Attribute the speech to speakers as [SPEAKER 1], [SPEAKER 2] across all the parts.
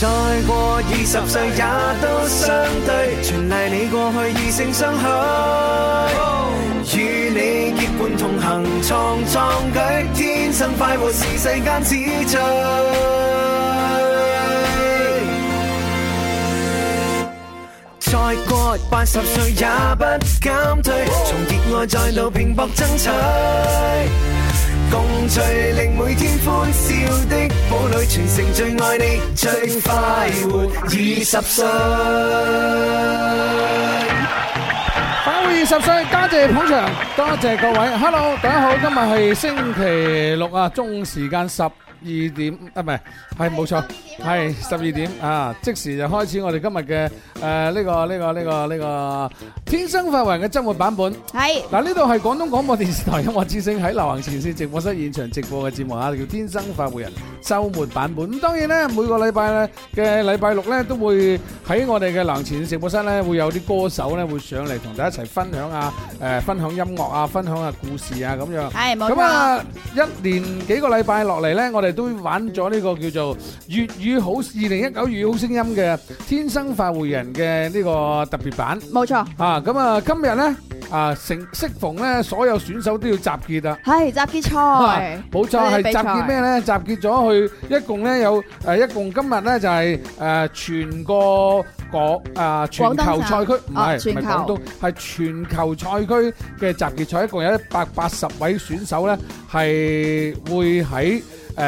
[SPEAKER 1] 再過二十歲也都相對，全賴你過去異性相許，與你結伴同行創壯舉，天生快活是世間之最。再過八十歲也不減退，從熱愛再度拼搏爭取。共聚令每天歡笑的堡壘，全城最愛你，最快活二十歲。
[SPEAKER 2] 快活二十歲，家姐捧場，多謝各位。Hello，大家好，今日係星期六啊，中午時間十二點啊，唔係，係冇錯，係十二點啊，即時就開始我哋今日嘅誒呢個呢個呢個呢個天生快活人嘅周末版本。
[SPEAKER 3] 係
[SPEAKER 2] 嗱，呢度係廣東廣播電視台音樂之聲喺流行前線直播室現場直播嘅節目啊，叫《天生快活人》週末版本。咁當然咧，每個禮拜咧嘅禮拜六咧，都會喺我哋嘅流行前線直播室咧，會有啲歌手咧會上嚟同大家一齊分享啊，誒分享音樂啊，分享下故事啊咁樣。
[SPEAKER 3] 係冇錯
[SPEAKER 2] 咁啊，一年幾個禮拜落嚟咧，我哋都玩咗呢個叫做粵語好二零一九粵語好聲音嘅《天生快活人》嘅呢個特別版。
[SPEAKER 3] 冇錯，
[SPEAKER 2] 啊，咁啊，今日咧啊，成適逢咧，所有選手都要集結啊！
[SPEAKER 3] 係集結賽，
[SPEAKER 2] 冇錯，係集結咩咧？集結咗去，一共咧有誒，一共今日咧就係誒全個廣啊全球賽區，唔
[SPEAKER 3] 廣東省哦
[SPEAKER 2] 係唔
[SPEAKER 3] 全
[SPEAKER 2] 係
[SPEAKER 3] 球
[SPEAKER 2] 廣東，係全球賽區嘅集結賽，一共有一百八十位選手咧係會喺。誒、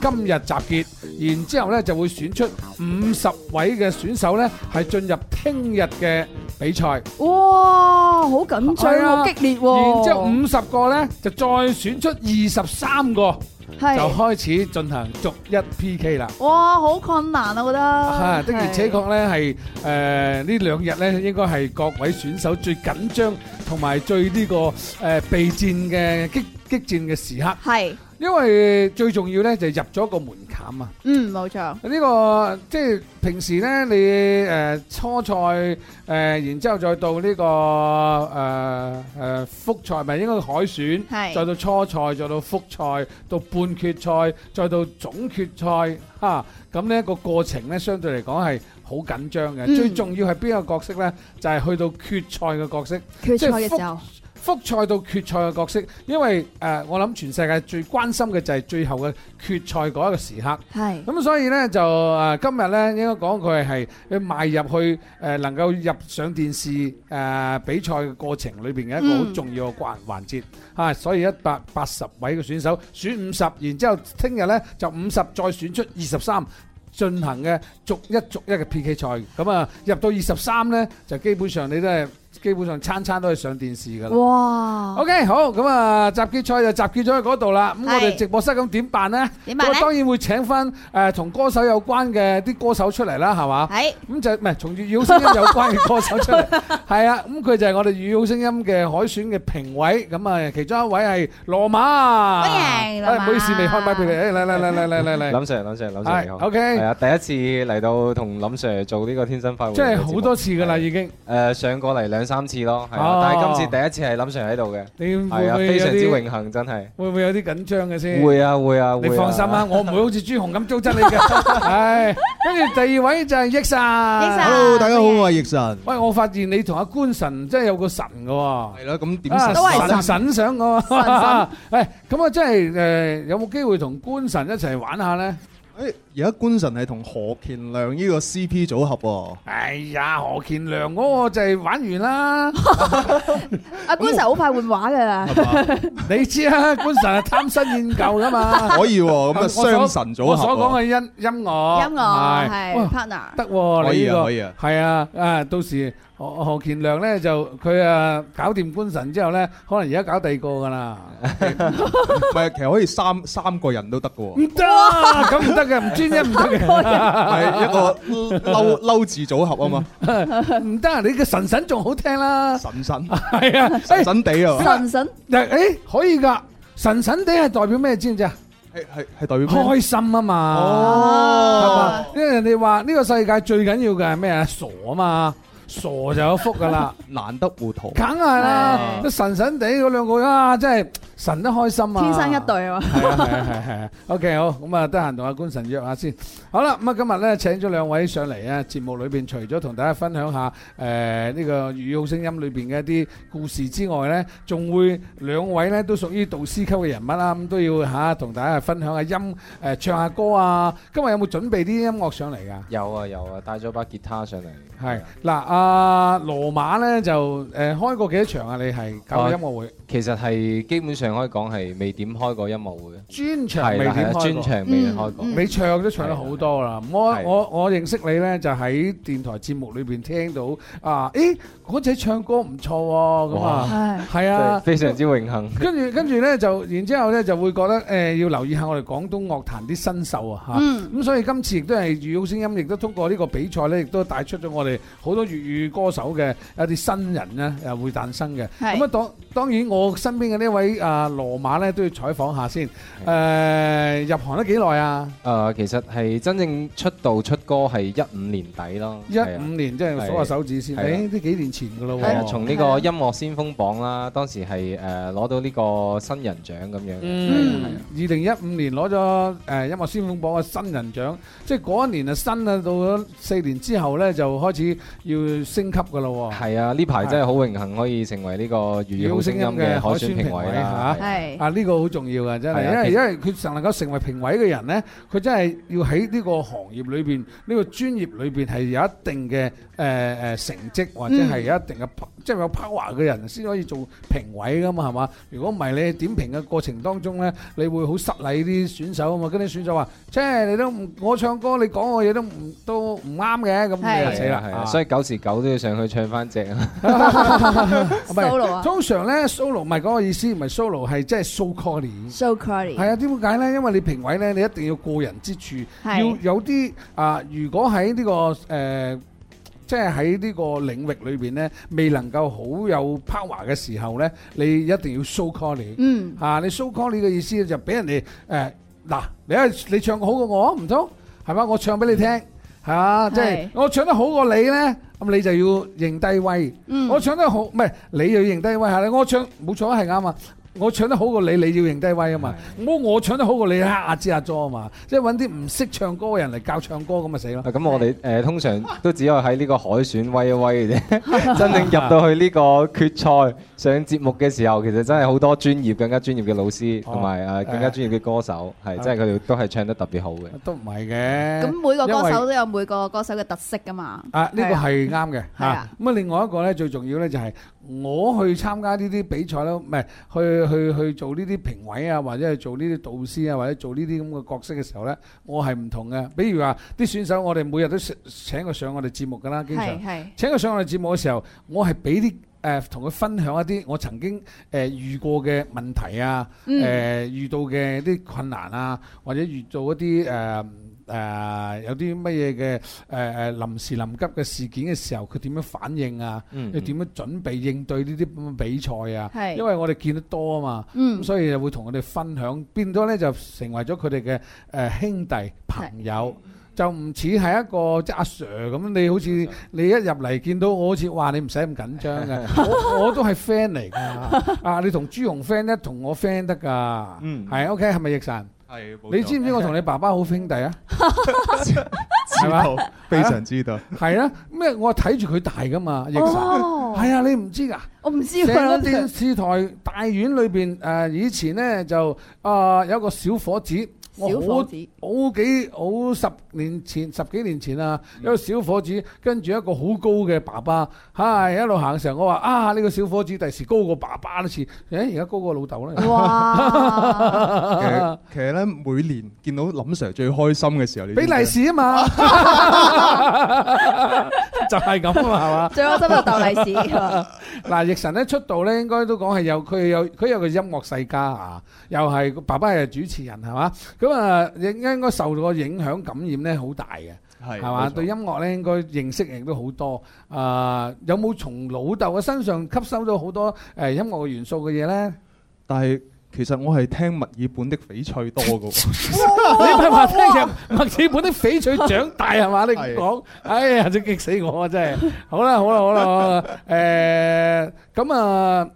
[SPEAKER 2] 今日集結，然之後咧就會選出五十位嘅選手咧，係進入聽日嘅比賽。
[SPEAKER 3] 哇，好緊張
[SPEAKER 2] 係啊
[SPEAKER 3] 喎，激烈喎，
[SPEAKER 2] 然之後五十個咧就再選出二十三個，就
[SPEAKER 3] 係
[SPEAKER 2] 開始進行逐一 PK 啦。
[SPEAKER 3] 哇，好困難啊，我覺
[SPEAKER 2] 啊，
[SPEAKER 3] 得
[SPEAKER 2] 的而且確咧係誒呢兩日咧應該係各位選手最緊張同埋最呢個誒備戰嘅激激戰嘅時刻，
[SPEAKER 3] 係，
[SPEAKER 2] 因為最重要咧就係入咗個門檻啊！
[SPEAKER 3] 嗯，冇錯，
[SPEAKER 2] 呢、個即係平時咧，你誒、呃初賽誒、呃然之後再到呢、個誒誒復賽，咪應該海選，
[SPEAKER 3] 係
[SPEAKER 2] 再到初賽，再到復賽，到半決賽，再到總決賽，嚇、咁呢個過程咧，相對嚟講係好緊張嘅。
[SPEAKER 3] 嗯
[SPEAKER 2] 最重要係邊個角色咧？就係、去到決賽嘅角色。
[SPEAKER 3] 決
[SPEAKER 2] 即
[SPEAKER 3] 賽
[SPEAKER 2] 係
[SPEAKER 3] 嘅時候，
[SPEAKER 2] 復賽到決賽嘅角色，因為誒、呃我諗全世界最關心嘅就係最後嘅決賽嗰一個時刻。
[SPEAKER 3] 係
[SPEAKER 2] 咁所以咧就誒今日咧應該講佢係佢邁入去誒能夠入上電視誒比賽嘅過程裏邊嘅一個好
[SPEAKER 3] 嗯
[SPEAKER 2] 重要嘅關環節啊！所以一百八十位嘅選手選五十，然之後聽日咧就五十再選出二十三。進行嘅逐一逐一嘅 PK 賽，咁啊入到二十三咧，就基本上你都係基本上餐餐都係上電視㗎啦。
[SPEAKER 3] 哇，
[SPEAKER 2] OK，好，咁啊，集結賽就集結咗喺嗰度啦。咁
[SPEAKER 3] 係
[SPEAKER 2] 我哋直播室咁點辦呢？
[SPEAKER 3] 點辦呢
[SPEAKER 2] 咁啊當然會請翻誒同歌手有關嘅啲歌手出嚟啦，係嘛？
[SPEAKER 3] 係
[SPEAKER 2] 咁就唔係從粵語好聲音有關嘅歌手 出嚟，係啊，咁佢就係我哋粵語好聲音嘅海選嘅評委，咁啊，其中一位係羅馬，
[SPEAKER 3] 歡迎羅馬
[SPEAKER 2] 哎唔好意思，未開麥俾你，哎嚟嚟嚟嚟嚟 嚟嚟，
[SPEAKER 4] 林 Sir，林 Sir，林 Sir
[SPEAKER 2] 係
[SPEAKER 4] 你好。
[SPEAKER 2] OK
[SPEAKER 4] 係啊，第一次嚟到同林 Sir 做呢個天生快活
[SPEAKER 2] 即
[SPEAKER 4] 人嘅節
[SPEAKER 2] 係
[SPEAKER 4] 目。
[SPEAKER 2] 好多次㗎啦，已經，
[SPEAKER 4] 誒上過嚟兩三次咯，係
[SPEAKER 2] 哦
[SPEAKER 4] 啊，但係今次第一次係林 Sir 喺度嘅，
[SPEAKER 2] 你會
[SPEAKER 4] 係
[SPEAKER 2] 唔
[SPEAKER 4] 啊，
[SPEAKER 2] 會
[SPEAKER 4] 非
[SPEAKER 2] 有
[SPEAKER 4] 常之
[SPEAKER 2] 啲
[SPEAKER 4] 榮幸，真係。
[SPEAKER 2] 會唔會有啲緊張嘅先？
[SPEAKER 4] 會啊，會啊，
[SPEAKER 2] 你
[SPEAKER 4] 會啊。
[SPEAKER 2] 放心 啦，我唔會好似朱紅咁糟質你嘅。唉，跟住第二位就係益神。
[SPEAKER 3] Eason
[SPEAKER 5] Hello，大家好，我係奕神。
[SPEAKER 2] 喂，我發現你同阿官神真係有個神嘅喎。
[SPEAKER 4] 係咯，咁點
[SPEAKER 2] 啊，
[SPEAKER 4] 神
[SPEAKER 3] 都係神
[SPEAKER 2] 神神上我，
[SPEAKER 3] 神 神
[SPEAKER 2] 喂，咁啊，真係誒，有冇機會同官神一齊玩下咧？
[SPEAKER 5] 誒，而家官神係同何乾亮呢個 CP 組合 喎。
[SPEAKER 2] 哎呀，何建良嗰個就係玩完 啦，
[SPEAKER 3] 阿官神好快換畫㗎啦，
[SPEAKER 2] 你知啦，官神係貪新厭舊 噶嘛。
[SPEAKER 5] 可以喎，咁啊
[SPEAKER 2] 我所
[SPEAKER 5] 雙神組合喎。
[SPEAKER 2] 我所講嘅音音樂，
[SPEAKER 3] 音樂
[SPEAKER 2] 哇
[SPEAKER 3] 係 partner，
[SPEAKER 2] 得喎，
[SPEAKER 5] 可
[SPEAKER 2] 你
[SPEAKER 5] 以
[SPEAKER 2] 呢
[SPEAKER 5] 啊
[SPEAKER 2] 個
[SPEAKER 5] 可以啊
[SPEAKER 2] 係啊，啊到時何何健亮咧就佢啊搞掂官神之後咧，可能而家搞第二個噶 啦，
[SPEAKER 5] 唔係，其實可以三三個人都得嘅
[SPEAKER 2] 唔
[SPEAKER 5] 喎，
[SPEAKER 2] 得啊，咁唔得嘅，唔專一唔得 嘅，
[SPEAKER 5] 係一個嬲嬲字組合啊 嘛，
[SPEAKER 2] 唔得，啊！你嘅神神仲好聽啦，
[SPEAKER 5] 神神
[SPEAKER 2] 係啊，
[SPEAKER 5] 神
[SPEAKER 2] 誒
[SPEAKER 5] 神地啊嘛，
[SPEAKER 3] 神神
[SPEAKER 2] 嗱誒可以㗎，神神地係代表咩知唔知啊？
[SPEAKER 5] 係係係代表咩
[SPEAKER 2] 開心啊嘛。係
[SPEAKER 3] 哦，
[SPEAKER 2] 嘛因為人哋話呢個世界最緊要嘅係咩啊？傻啊嘛，傻 就有福㗎啦。
[SPEAKER 5] 難得糊塗，
[SPEAKER 2] 梗係啦，神神地嗰兩個啊，真係神都開心啊！
[SPEAKER 3] 天生一對 啊嘛，
[SPEAKER 2] 係啊係啊係啊係啊，OK 好，咁啊得閒同阿官神約下先。好啦，咁啊今日咧請咗兩位上嚟啊，節目裏邊除咗同大家分享下誒呢個粵語好聲音裏邊嘅一啲故事之外咧，仲會兩位咧都屬於導師級嘅人物啦，咁都要嚇同大家分享下音誒唱下歌啊。今日有冇準備啲音樂上嚟㗎？
[SPEAKER 4] 有啊有啊，帶咗把吉他上嚟。
[SPEAKER 2] 係嗱，阿羅馬咧就誒開過幾多場啊？你係搞
[SPEAKER 4] 啊
[SPEAKER 2] 音樂會
[SPEAKER 4] 其實係基本上可以講係未點開過音樂會嘅，
[SPEAKER 2] 專場
[SPEAKER 4] 係
[SPEAKER 2] 未
[SPEAKER 4] 啦係
[SPEAKER 2] 點
[SPEAKER 4] 啦，
[SPEAKER 2] 開過
[SPEAKER 4] 專。場未開過
[SPEAKER 3] 嗯。
[SPEAKER 2] 你唱都唱得好多啦，我
[SPEAKER 4] 係
[SPEAKER 2] 我我認識你呢，就喺電台節目裏邊聽到啊，咦嗰仔唱歌唔錯喎，咁
[SPEAKER 4] 哇
[SPEAKER 3] 係
[SPEAKER 2] 啊，係
[SPEAKER 4] 真係
[SPEAKER 2] 啊，
[SPEAKER 4] 非常之榮幸。
[SPEAKER 2] 跟住跟住呢，就，然之後呢，就會覺得誒、呃要留意下我哋廣東樂壇啲新秀啊嚇，咁、
[SPEAKER 3] 嗯
[SPEAKER 2] 所以今次亦都係粵語好聲音，亦都通過呢個比賽呢，亦都帶出咗我哋好多粵語歌手嘅一啲新人呢，誒會誕生嘅。
[SPEAKER 3] 係
[SPEAKER 2] 咁啊，當當然我身邊嘅呢位啊羅馬呢，都要採訪下先，誒、入行得幾耐啊？
[SPEAKER 4] 誒、其實係真正出道出歌係一五年底咯，
[SPEAKER 2] 一
[SPEAKER 4] 係
[SPEAKER 2] 五
[SPEAKER 4] 啊
[SPEAKER 2] 年真係數下手指先，
[SPEAKER 4] 係啊
[SPEAKER 2] 誒呢幾年前噶咯
[SPEAKER 4] 係啊，
[SPEAKER 2] 喎，
[SPEAKER 4] 從呢個音樂先鋒榜啦，當時係誒攞到呢個新人獎咁樣。
[SPEAKER 2] 嗯，
[SPEAKER 4] 啊
[SPEAKER 2] 二零一五年攞咗誒音樂先鋒榜嘅新人獎，即係嗰一年啊新啊，到咗四年之後咧就開始要升級噶咯喎。
[SPEAKER 4] 係啊，呢排真係好榮幸可以成為呢個粵語好聲音嘅海選評委啦。係
[SPEAKER 3] 係
[SPEAKER 2] 啊！呢個好重要啊，真係，
[SPEAKER 4] 係啊
[SPEAKER 2] 因為
[SPEAKER 4] 其實
[SPEAKER 2] 因為佢能夠成為評委嘅人呢，佢真係要喺呢個行業裏邊、呢、個專業裏邊係有一定嘅誒誒成績，或者
[SPEAKER 4] 嗯
[SPEAKER 2] 係有一定嘅 po- 即係有 power 嘅人先可以做評委噶嘛，係嘛？如果唔係你點評嘅過程當中呢，你會好失禮啲選手啊嘛，跟啲選手話：，即係你都唔我唱歌，你講我嘢都唔都唔啱嘅，
[SPEAKER 3] 係
[SPEAKER 2] 咁你
[SPEAKER 4] 啊
[SPEAKER 2] 就死啦！
[SPEAKER 4] 係
[SPEAKER 2] 啊
[SPEAKER 4] 啊，所以九時九都要上去唱翻隻 啊。
[SPEAKER 2] 唔係
[SPEAKER 3] solo 啊
[SPEAKER 2] 通常呢 solo 唔係嗰個意思，唔係 solo 係即係 so calling。
[SPEAKER 3] ，so curly，
[SPEAKER 2] 係啊，點解咧？因為你評委咧，你一定要過人之處，要
[SPEAKER 3] 係
[SPEAKER 2] 有啲啊、如果喺呢、個誒、呃即係喺呢個領域裏邊咧，未能夠好有 power 嘅時候咧，你一定要 show call 你
[SPEAKER 3] 嗯，
[SPEAKER 2] 啊！你 show call 你嘅意思就俾人哋誒嗱，你係你唱好過我唔通係嘛？我唱俾你聽係啊，即係
[SPEAKER 3] 係
[SPEAKER 2] 我唱得好過你咧，咁你就要認低威。
[SPEAKER 3] 嗯
[SPEAKER 2] 我唱得好，唔係你又要認低威係啦。我唱冇錯係啱啊，我唱得好過你，你要認低威啊嘛。我我唱得好過你，黑阿支阿咗啊嘛。即係揾啲唔識唱歌嘅人嚟教唱歌咁咪死咯。
[SPEAKER 4] 啊咁我哋誒通常都只有喺呢個海選威一威嘅 啫，真正入到去呢個決賽上節目嘅時候，其實真係好多專業、更加專業嘅老師同埋誒呃更加專業嘅歌手，係真係佢哋都係唱得特別好嘅。
[SPEAKER 2] 都唔係嘅。
[SPEAKER 3] 咁每個歌
[SPEAKER 2] 因為
[SPEAKER 3] 手都有每個歌手嘅特色噶嘛，
[SPEAKER 2] 啊，呢個係啱嘅
[SPEAKER 3] 係
[SPEAKER 2] 嚇
[SPEAKER 3] 啊。
[SPEAKER 2] 咁啊，另外一個咧最重要咧就係我去參加呢啲比賽啦，唔係去去去做呢啲評委啊，或者係做呢啲導師啊，或者做呢啲咁嘅角色嘅時候咧，我係唔同嘅。比如話啲選手，我哋每日都請請佢上我哋節目㗎啦，經常
[SPEAKER 3] 係。係
[SPEAKER 2] 請佢上我哋節目嘅時候，我係俾啲誒同佢分享一啲我曾經誒、呃遇過嘅問題啊，誒、
[SPEAKER 3] 嗯
[SPEAKER 2] 遇到嘅啲困難啊，或者遇到一啲誒誒有啲乜嘢嘅誒誒臨時臨急嘅事件嘅時候，佢點樣反應啊？
[SPEAKER 4] 嗯
[SPEAKER 2] 佢點樣準備應對呢啲咁嘅比賽啊？
[SPEAKER 3] 係
[SPEAKER 2] 因為我哋見得多啊嘛。
[SPEAKER 3] 嗯
[SPEAKER 2] 咁。所以就會同我哋分享，變咗咧就成為咗佢哋嘅誒兄弟朋友，就唔似係一個即係阿 Sir 咁，你好似你一入嚟見到我好似哇，你唔使咁緊張嘅，我我都係 friend 嚟㗎，啊你同朱紅 friend 一同我 friend 得㗎，
[SPEAKER 4] 嗯
[SPEAKER 2] 係啊 OK 係咪奕晨？
[SPEAKER 5] 係
[SPEAKER 2] 你知唔知我同你爸爸好兄弟啊？
[SPEAKER 5] 知
[SPEAKER 2] 係
[SPEAKER 5] 道，非常知 道。
[SPEAKER 2] 係啊，咩我睇住佢大㗎嘛，奕晨。
[SPEAKER 3] 哦，
[SPEAKER 2] 係啊，你唔知㗎？
[SPEAKER 3] 我唔知
[SPEAKER 2] 成個
[SPEAKER 3] 喎，
[SPEAKER 2] 電視台大院裏邊誒，以前咧就啊有個小伙子，我
[SPEAKER 3] 小
[SPEAKER 2] 好
[SPEAKER 3] 伙子，
[SPEAKER 2] 好幾好十年前十幾年前啊，
[SPEAKER 3] 嗯
[SPEAKER 2] 一個小伙子跟住一個好高嘅爸爸，係一路行嘅時候，我話啊呢、個小伙子第時高過爸爸都似，誒而家高過 老豆 啦。
[SPEAKER 3] 哇，
[SPEAKER 5] 其實其實咧，每年見到林 Sir 最開心嘅時候，你知
[SPEAKER 2] 俾
[SPEAKER 5] 唔知
[SPEAKER 2] 利是啊 嘛， 就係咁啊嘛，係嘛？
[SPEAKER 3] 最開心就鬥利 是係嘛，
[SPEAKER 2] 嗱，奕晨咧出道咧，應該都講係有佢有佢有個音樂世家啊，又係個爸爸係主持人係嘛，咁啊應應該受到個影響感染咧好大嘅，
[SPEAKER 5] 啊係
[SPEAKER 2] 係嘛？
[SPEAKER 5] 冇錯
[SPEAKER 2] 對音樂咧應該認識亦都好多啊、有冇從老豆嘅身上吸收到好多誒、音樂嘅元素嘅嘢咧？
[SPEAKER 5] 但係其實我係聽墨爾本的翡翠多嘅喎，
[SPEAKER 2] 你唔係話聽人墨爾本的翡翠長大係嘛？你咁講，哎呀，真激死 Ờ, à, 我啊！真係。好啦，好啦，好啦，好啦。誒，咁啊，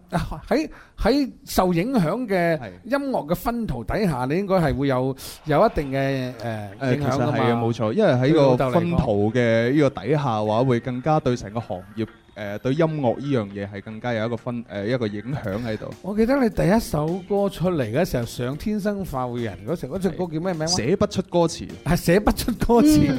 [SPEAKER 2] 喺喺受影響嘅
[SPEAKER 5] 係
[SPEAKER 2] 音樂嘅分途底下，你應該係會有有一定嘅誒
[SPEAKER 5] 誒
[SPEAKER 2] 影
[SPEAKER 5] 其
[SPEAKER 2] 響
[SPEAKER 5] 實
[SPEAKER 2] 㗎
[SPEAKER 5] 係嘅，
[SPEAKER 2] 嘛
[SPEAKER 5] 冇。錯，因為喺
[SPEAKER 2] 對老
[SPEAKER 5] 個
[SPEAKER 2] 豆嚟講
[SPEAKER 5] 分途嘅呢個底下嘅話，會更加對成個行業誒、對音樂呢樣嘢係更加有一個分誒、一個影響喺度。
[SPEAKER 2] 我記得你第一首歌出嚟嘅時候，上《天生化會人》嗰時，嗰首歌叫咩名話？
[SPEAKER 5] 寫不出歌詞，
[SPEAKER 2] 係寫不出歌詞。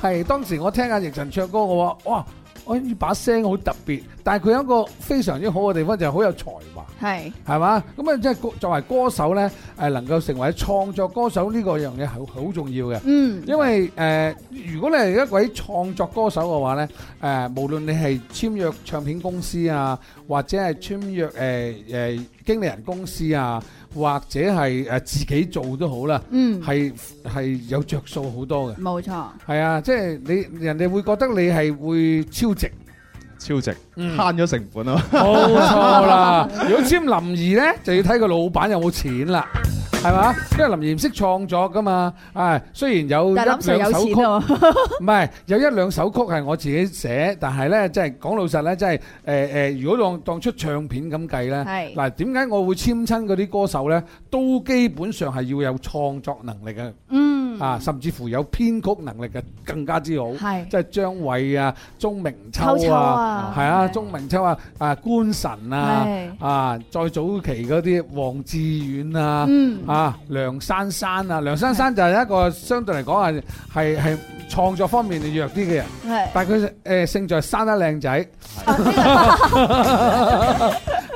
[SPEAKER 2] 係當時我聽阿奕晨唱歌，我話哇，我呢把聲好特別，但係佢有一個非常之好嘅地方就係好有才華。
[SPEAKER 3] 係
[SPEAKER 2] 係嘛？咁啊，即係歌作為歌手咧，誒、能夠成為創作歌手呢個樣嘢好好重要嘅。
[SPEAKER 3] 嗯
[SPEAKER 2] 因為誒、如果你係一位創作歌手嘅話咧，誒、無論你係簽約唱片公司啊，或者係簽約誒誒、經理人公司啊，或者係誒、自己做都好啦，
[SPEAKER 3] 嗯，
[SPEAKER 2] 係係有着數好多嘅。
[SPEAKER 3] 冇錯，
[SPEAKER 2] 係啊，即係你人哋會覺得你係會超值。
[SPEAKER 5] 超值，
[SPEAKER 2] 嗯
[SPEAKER 5] 慳咗成本啊！
[SPEAKER 2] 冇錯啦。如果簽林兒咧，就要睇個老闆有冇錢啦。係嘛？因為林兒唔識創作噶嘛，唉，雖然有一
[SPEAKER 3] 但係
[SPEAKER 2] 兩
[SPEAKER 3] 林 Sir 有
[SPEAKER 2] 首曲
[SPEAKER 3] 錢，啊嘛，
[SPEAKER 2] 唔係有一兩首曲係我自己寫，但係咧，即係講老實咧，即係誒誒，如果當當出唱片咁計咧，
[SPEAKER 3] 係
[SPEAKER 2] 嗱點解我會簽親嗰啲歌手咧，都基本上係要有創作能力嘅，
[SPEAKER 3] 嗯
[SPEAKER 2] 啊，甚至乎有編曲能力嘅更加之好。
[SPEAKER 3] 係
[SPEAKER 2] 即係張偉啊、鐘明
[SPEAKER 3] 秋
[SPEAKER 2] 秋
[SPEAKER 3] 秋
[SPEAKER 2] 啊
[SPEAKER 3] 啊，
[SPEAKER 2] 係啊，
[SPEAKER 3] 係
[SPEAKER 2] 鐘明秋啊、啊官神啊、
[SPEAKER 3] 係
[SPEAKER 2] 啊再早期嗰啲黃志遠啊、
[SPEAKER 3] 嗯
[SPEAKER 2] 啊梁珊珊啊，梁珊珊就係一個相對嚟講係係係創作方面弱啲嘅人，
[SPEAKER 3] 係
[SPEAKER 2] 但係佢誒勝在生得靚 仔，
[SPEAKER 3] 啊呢個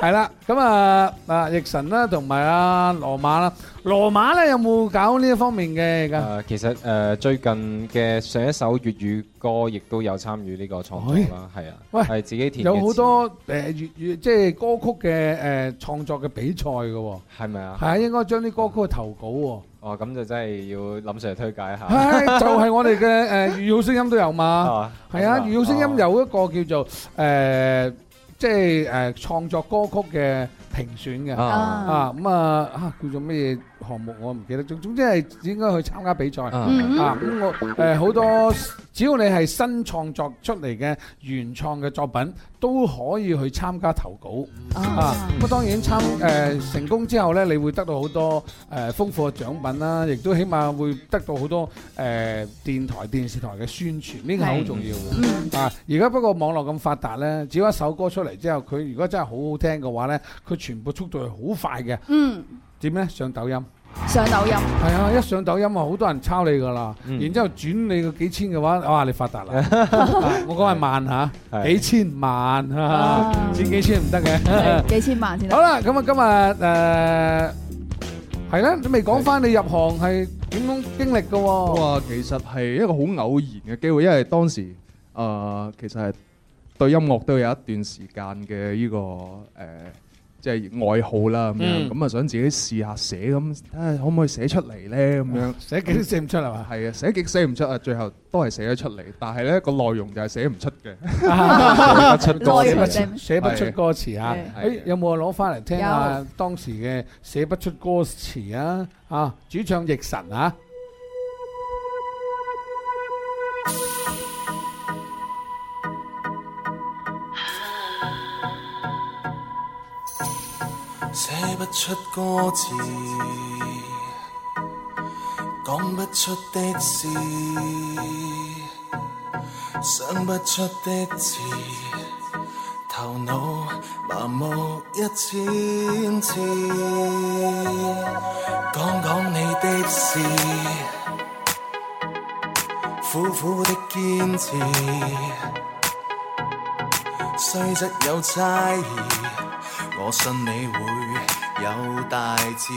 [SPEAKER 2] 係啦，咁啊啊奕神啦，同埋啊羅馬啦，羅馬咧有冇搞呢一方面嘅㗎？
[SPEAKER 4] 誒，啊其實誒最近嘅上一首粵語歌，亦都有參與呢個創作啦，係啊，
[SPEAKER 2] 哎喂
[SPEAKER 4] 係自己填嘅
[SPEAKER 2] 有
[SPEAKER 4] 詞
[SPEAKER 2] 好多誒粵語即係歌曲嘅誒呃創作嘅比賽嘅喎。
[SPEAKER 4] 係咪啊？
[SPEAKER 2] 係啊，應該將啲歌曲投稿喎。
[SPEAKER 4] 哦，咁就真係要林 Sir 推介下。
[SPEAKER 2] 係，就係我 哋嘅誒粵語好聲音都有嘛。
[SPEAKER 4] 啊
[SPEAKER 2] 係啊啊，
[SPEAKER 4] 咁
[SPEAKER 2] 粵語好聲音有一個叫做誒，即係誒創作歌曲嘅評選嘅。
[SPEAKER 4] 啊
[SPEAKER 3] 啊
[SPEAKER 2] 啊，咁啊啊叫做乜嘢項目我唔記得，總總之係應該去參加比賽。
[SPEAKER 4] 啊
[SPEAKER 3] 嗯
[SPEAKER 2] 啊，咁我誒好多，只要你係新創作出嚟嘅原創嘅作品，都可以去參加投稿。啊，咁啊當然參誒、成功之後咧，你會得到好多誒、呃豐富嘅獎品啦，亦都起碼會得到好多誒、呃電台、電視台嘅宣傳，呢個係好重要嘅。
[SPEAKER 3] 嗯
[SPEAKER 2] 啊！而家不過網絡咁發達咧，只要一首歌出嚟之後，佢如果真係好好聽嘅話咧，佢傳播速度係好快嘅。
[SPEAKER 3] 嗯
[SPEAKER 2] 點咧？上抖音
[SPEAKER 3] 上抖音
[SPEAKER 2] 係啊！一上抖音啊，好多人抄你㗎啦。
[SPEAKER 4] 嗯
[SPEAKER 2] 然之後轉你個幾千嘅話，哇！你發達啦！啊我講係萬嚇，
[SPEAKER 4] 係
[SPEAKER 2] 幾千萬嚇，
[SPEAKER 3] 啊
[SPEAKER 2] 千幾千唔得嘅。
[SPEAKER 3] 係幾千萬先得
[SPEAKER 2] 好，啦，咁啊，今日誒係啦，你未講翻你入行係點樣經歷嘅
[SPEAKER 5] 我
[SPEAKER 2] 喎？
[SPEAKER 5] 話其實係一個好偶然嘅機會，因為當時誒、呃其實係對音樂都有一段時間嘅呢個誒。即係愛好啦咁樣，
[SPEAKER 2] 嗯
[SPEAKER 5] 咁啊、想自己試下寫咁，睇下可唔可以寫出嚟呢？咁樣。
[SPEAKER 2] 寫幾都寫唔出 係嘛？
[SPEAKER 5] 係啊，寫極寫唔出啊，最後都係寫咗出嚟，但係呢個內容就係寫唔出嘅。
[SPEAKER 4] 啊出 歌
[SPEAKER 3] 內
[SPEAKER 2] 寫
[SPEAKER 3] 容
[SPEAKER 2] 不
[SPEAKER 3] 啫
[SPEAKER 2] 出寫不出歌詞啊！
[SPEAKER 3] 係
[SPEAKER 2] 誒
[SPEAKER 5] 係
[SPEAKER 2] 有冇攞翻嚟聽下當時嘅寫不出歌詞啊？啊，主唱奕神啊！
[SPEAKER 1] 寫不出歌詞，講不出的事，想不出的字，頭腦麻木一千次，講講你的事，苦苦的堅持，雖則有猜疑。我信你會有大志。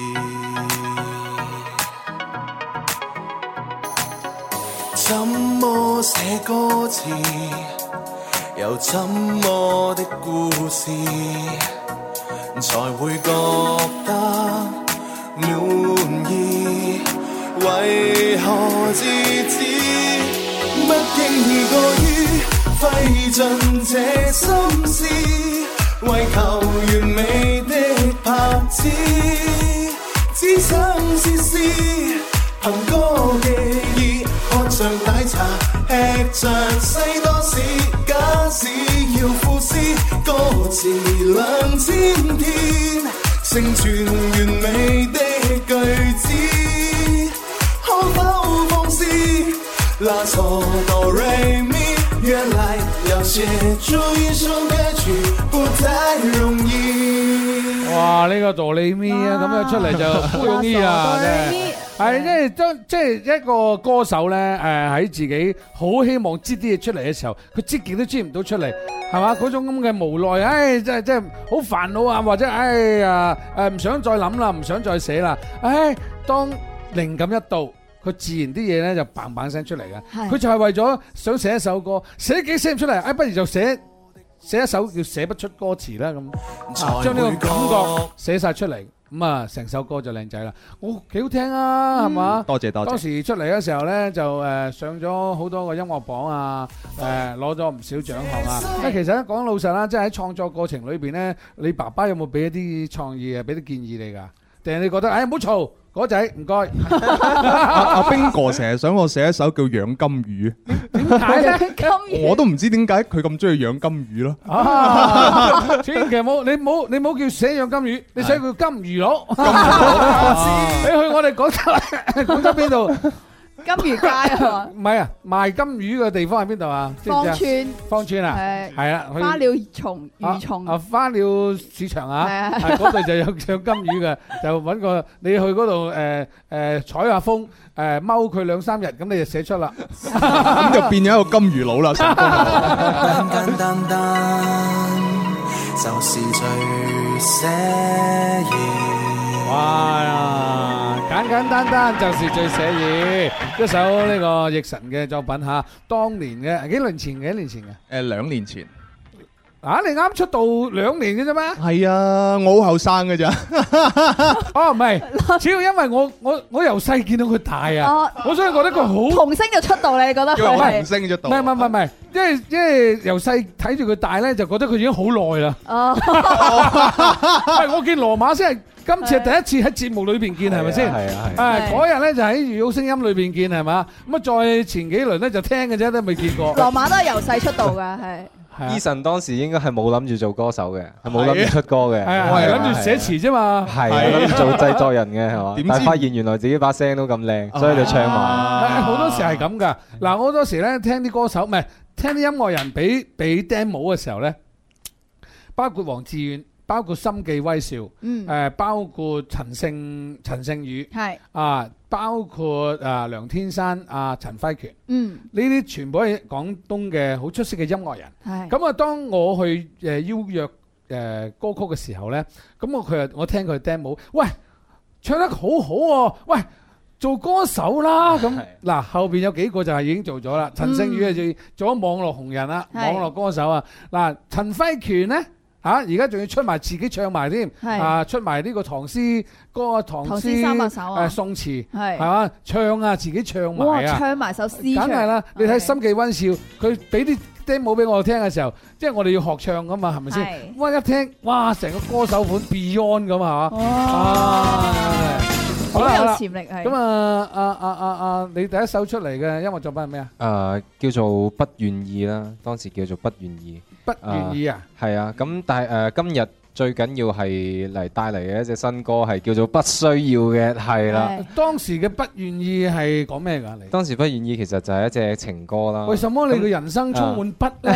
[SPEAKER 1] 怎麼寫歌詞，又怎麼的故事，才會覺得滿意？為何自知不經意過於費盡這心思，為求完美的拍子，只想試試。憑歌寄意，喝着奶茶，吃着西多士，假使要賦詩，歌詞兩千天。成全完美的句子，可否放肆？拉错哆瑞咪，原来要写出一首歌曲不太容易。
[SPEAKER 2] 哇！呢、個杜里咪啊，咁樣出嚟 就好容易啊，真係。係即係當即係一個歌手咧，誒、喺自己好希望擠啲嘢出嚟嘅時候，佢擠極都擠唔到出嚟，係嘛？嗰種咁嘅無奈，唉、真係真係好煩惱啊，或者唉呀誒唔想再諗啦，唔想再寫啦，唉、當靈感一到。佢自然啲嘢咧就砰砰聲出嚟嘅，
[SPEAKER 3] 係
[SPEAKER 2] 佢就係為咗想寫一首歌，寫幾寫唔出嚟，唉，不如就寫寫一首叫寫不出歌詞啦咁。
[SPEAKER 1] 才
[SPEAKER 2] 將呢個
[SPEAKER 1] 會
[SPEAKER 2] 感覺寫晒出嚟，咁啊成首歌就靚仔啦，我幾好聽啊，係 嘛？
[SPEAKER 5] 多謝多
[SPEAKER 2] 當
[SPEAKER 5] 謝。
[SPEAKER 2] 時出嚟嘅時候呢，就誒上咗好多個音樂榜啊，誒攞咗唔少獎項啊。
[SPEAKER 3] 係
[SPEAKER 2] 因為其實講老實啦，即係喺創作過程裏邊呢，你爸爸有冇俾一啲創意啊，俾啲建議你㗎？定係你覺得誒唔好嘈，嗰仔唔 該，
[SPEAKER 5] 阿阿冰哥成日想我寫一首叫《養金魚
[SPEAKER 2] 點解呢？
[SPEAKER 3] 金》，
[SPEAKER 5] 我都唔知點解佢咁中意養金魚咯。
[SPEAKER 2] 啊，千祈冇，你冇你冇叫寫養金魚，你寫叫金魚佬。 你去我哋廣 州廣州邊度？
[SPEAKER 3] 金魚街啊，
[SPEAKER 2] 唔係啊，賣金魚嘅地方喺邊度啊？知唔
[SPEAKER 3] 芳
[SPEAKER 2] 知啊？
[SPEAKER 3] 村
[SPEAKER 2] 芳村啊，
[SPEAKER 3] 誒
[SPEAKER 2] 係啦，去
[SPEAKER 3] 花鳥蟲魚
[SPEAKER 2] 啊啊
[SPEAKER 3] 蟲，
[SPEAKER 2] 花鳥市場啊，
[SPEAKER 3] 係啊
[SPEAKER 2] 係嗰度就有有金魚嘅，就揾個你去嗰度誒誒採下風誒踎佢兩三日，咁你就寫出啦。
[SPEAKER 5] 咁就變咗一個金魚佬 啦，成功啦
[SPEAKER 1] 簡簡單單，就是最寫意。
[SPEAKER 2] 哇！簡簡單單就是最寫意，一首呢個奕神嘅作品嚇，當年嘅幾年前嘅幾年前嘅
[SPEAKER 5] 誒兩年前，
[SPEAKER 2] 啊，你啱出道兩年嘅啫咩？
[SPEAKER 5] 係啊，我好後生 嘅咋，
[SPEAKER 2] 哦，唔係，主要因為我我我由細見到佢大啊
[SPEAKER 3] 哦，
[SPEAKER 2] 我所以覺得佢好。
[SPEAKER 3] 童星就出道啦，你覺得
[SPEAKER 5] 因為我
[SPEAKER 3] 佢
[SPEAKER 5] 紅
[SPEAKER 3] 係？
[SPEAKER 5] 星咗
[SPEAKER 2] 唔
[SPEAKER 5] 度。
[SPEAKER 2] 係唔係唔係，因為因為由細睇住佢大咧，就覺得佢已經好耐啦。
[SPEAKER 3] 哦，
[SPEAKER 2] 喂，我見羅馬先係今次係第一次喺節目裏邊見，係咪先？
[SPEAKER 4] 係啊係啊。
[SPEAKER 2] 啊！
[SPEAKER 3] 係
[SPEAKER 2] 嗰日咧就喺《粵語好聲音》裏邊見係嘛，咁啊再前幾輪咧就聽嘅啫，都未見過。
[SPEAKER 3] 羅馬都係由細出道㗎，係。
[SPEAKER 2] 係啊
[SPEAKER 4] Eason 當時應該係冇諗住做歌手嘅，係冇諗住出歌嘅，
[SPEAKER 2] 係啊，
[SPEAKER 5] 我係
[SPEAKER 2] 係諗住寫詞啫啊嘛。
[SPEAKER 4] 係啊諗住做製作人嘅係嘛
[SPEAKER 5] 點，知
[SPEAKER 4] 但係發現原來自己把聲都咁靚，所以就唱埋。
[SPEAKER 2] 係哎好多時係咁噶。嗱，我好多時咧聽啲歌手，唔係聽啲音樂人俾俾 demo 嘅時候咧，包括黃志遠，包括心記威少，誒、
[SPEAKER 3] 嗯，
[SPEAKER 2] 包括陳勝陳勝宇
[SPEAKER 3] 係，
[SPEAKER 2] 啊，包括啊梁天山啊陳輝權，
[SPEAKER 3] 嗯，
[SPEAKER 2] 呢啲全部係廣東嘅好出色嘅音樂人。
[SPEAKER 3] 係。
[SPEAKER 2] 咁啊，當我去誒邀約誒、呃歌曲嘅時候咧，咁我佢又我聽佢 demo，喂，唱得好好、喎，喂，做歌手 啦咁
[SPEAKER 4] 係。
[SPEAKER 2] 嗱，後邊有幾個就係已經做咗啦，陳勝宇啊就做咗網絡紅人啦，
[SPEAKER 3] 嗯係
[SPEAKER 2] 網絡歌手啊。嗱，陳輝權咧。嚇！而家仲要出埋自己唱埋添，
[SPEAKER 3] 係
[SPEAKER 2] 啊出埋呢個唐詩歌、唐
[SPEAKER 3] 唐
[SPEAKER 2] 詩
[SPEAKER 3] 詩三百首啊
[SPEAKER 2] 誒宋詞係
[SPEAKER 3] 係
[SPEAKER 2] 嘛，唱啊自己唱
[SPEAKER 3] 哇！
[SPEAKER 2] 埋啊。
[SPEAKER 3] 唱埋首詩
[SPEAKER 2] 梗
[SPEAKER 3] 出嚟，
[SPEAKER 2] 係啦，你睇《
[SPEAKER 3] 係
[SPEAKER 2] 心記温少》，佢俾啲 demo 俾我聽嘅時候，即係我哋要學唱噶嘛，係咪先？
[SPEAKER 3] 係
[SPEAKER 2] 哇！一聽，哇！成個歌手款 Beyond 咁啊！啊
[SPEAKER 3] 哇，
[SPEAKER 2] 好
[SPEAKER 3] 好
[SPEAKER 2] 啦好
[SPEAKER 3] 有
[SPEAKER 2] 啦，
[SPEAKER 3] 潛力係。
[SPEAKER 2] 咁啊啊啊啊啊！你第一首出嚟嘅音樂作品係咩啊？
[SPEAKER 4] 誒叫做不願意啦，當時叫做不願意。
[SPEAKER 2] 不願意啊！
[SPEAKER 4] 係啊，咁但係誒、呃今日最緊要係嚟帶嚟嘅一隻新歌係叫做不需要嘅，係啦。
[SPEAKER 3] 係
[SPEAKER 2] 當時嘅不願意係講咩㗎？你
[SPEAKER 4] 當時不願意其實就係一隻情歌啦
[SPEAKER 2] 為，什麼你嘅人生充滿不咧？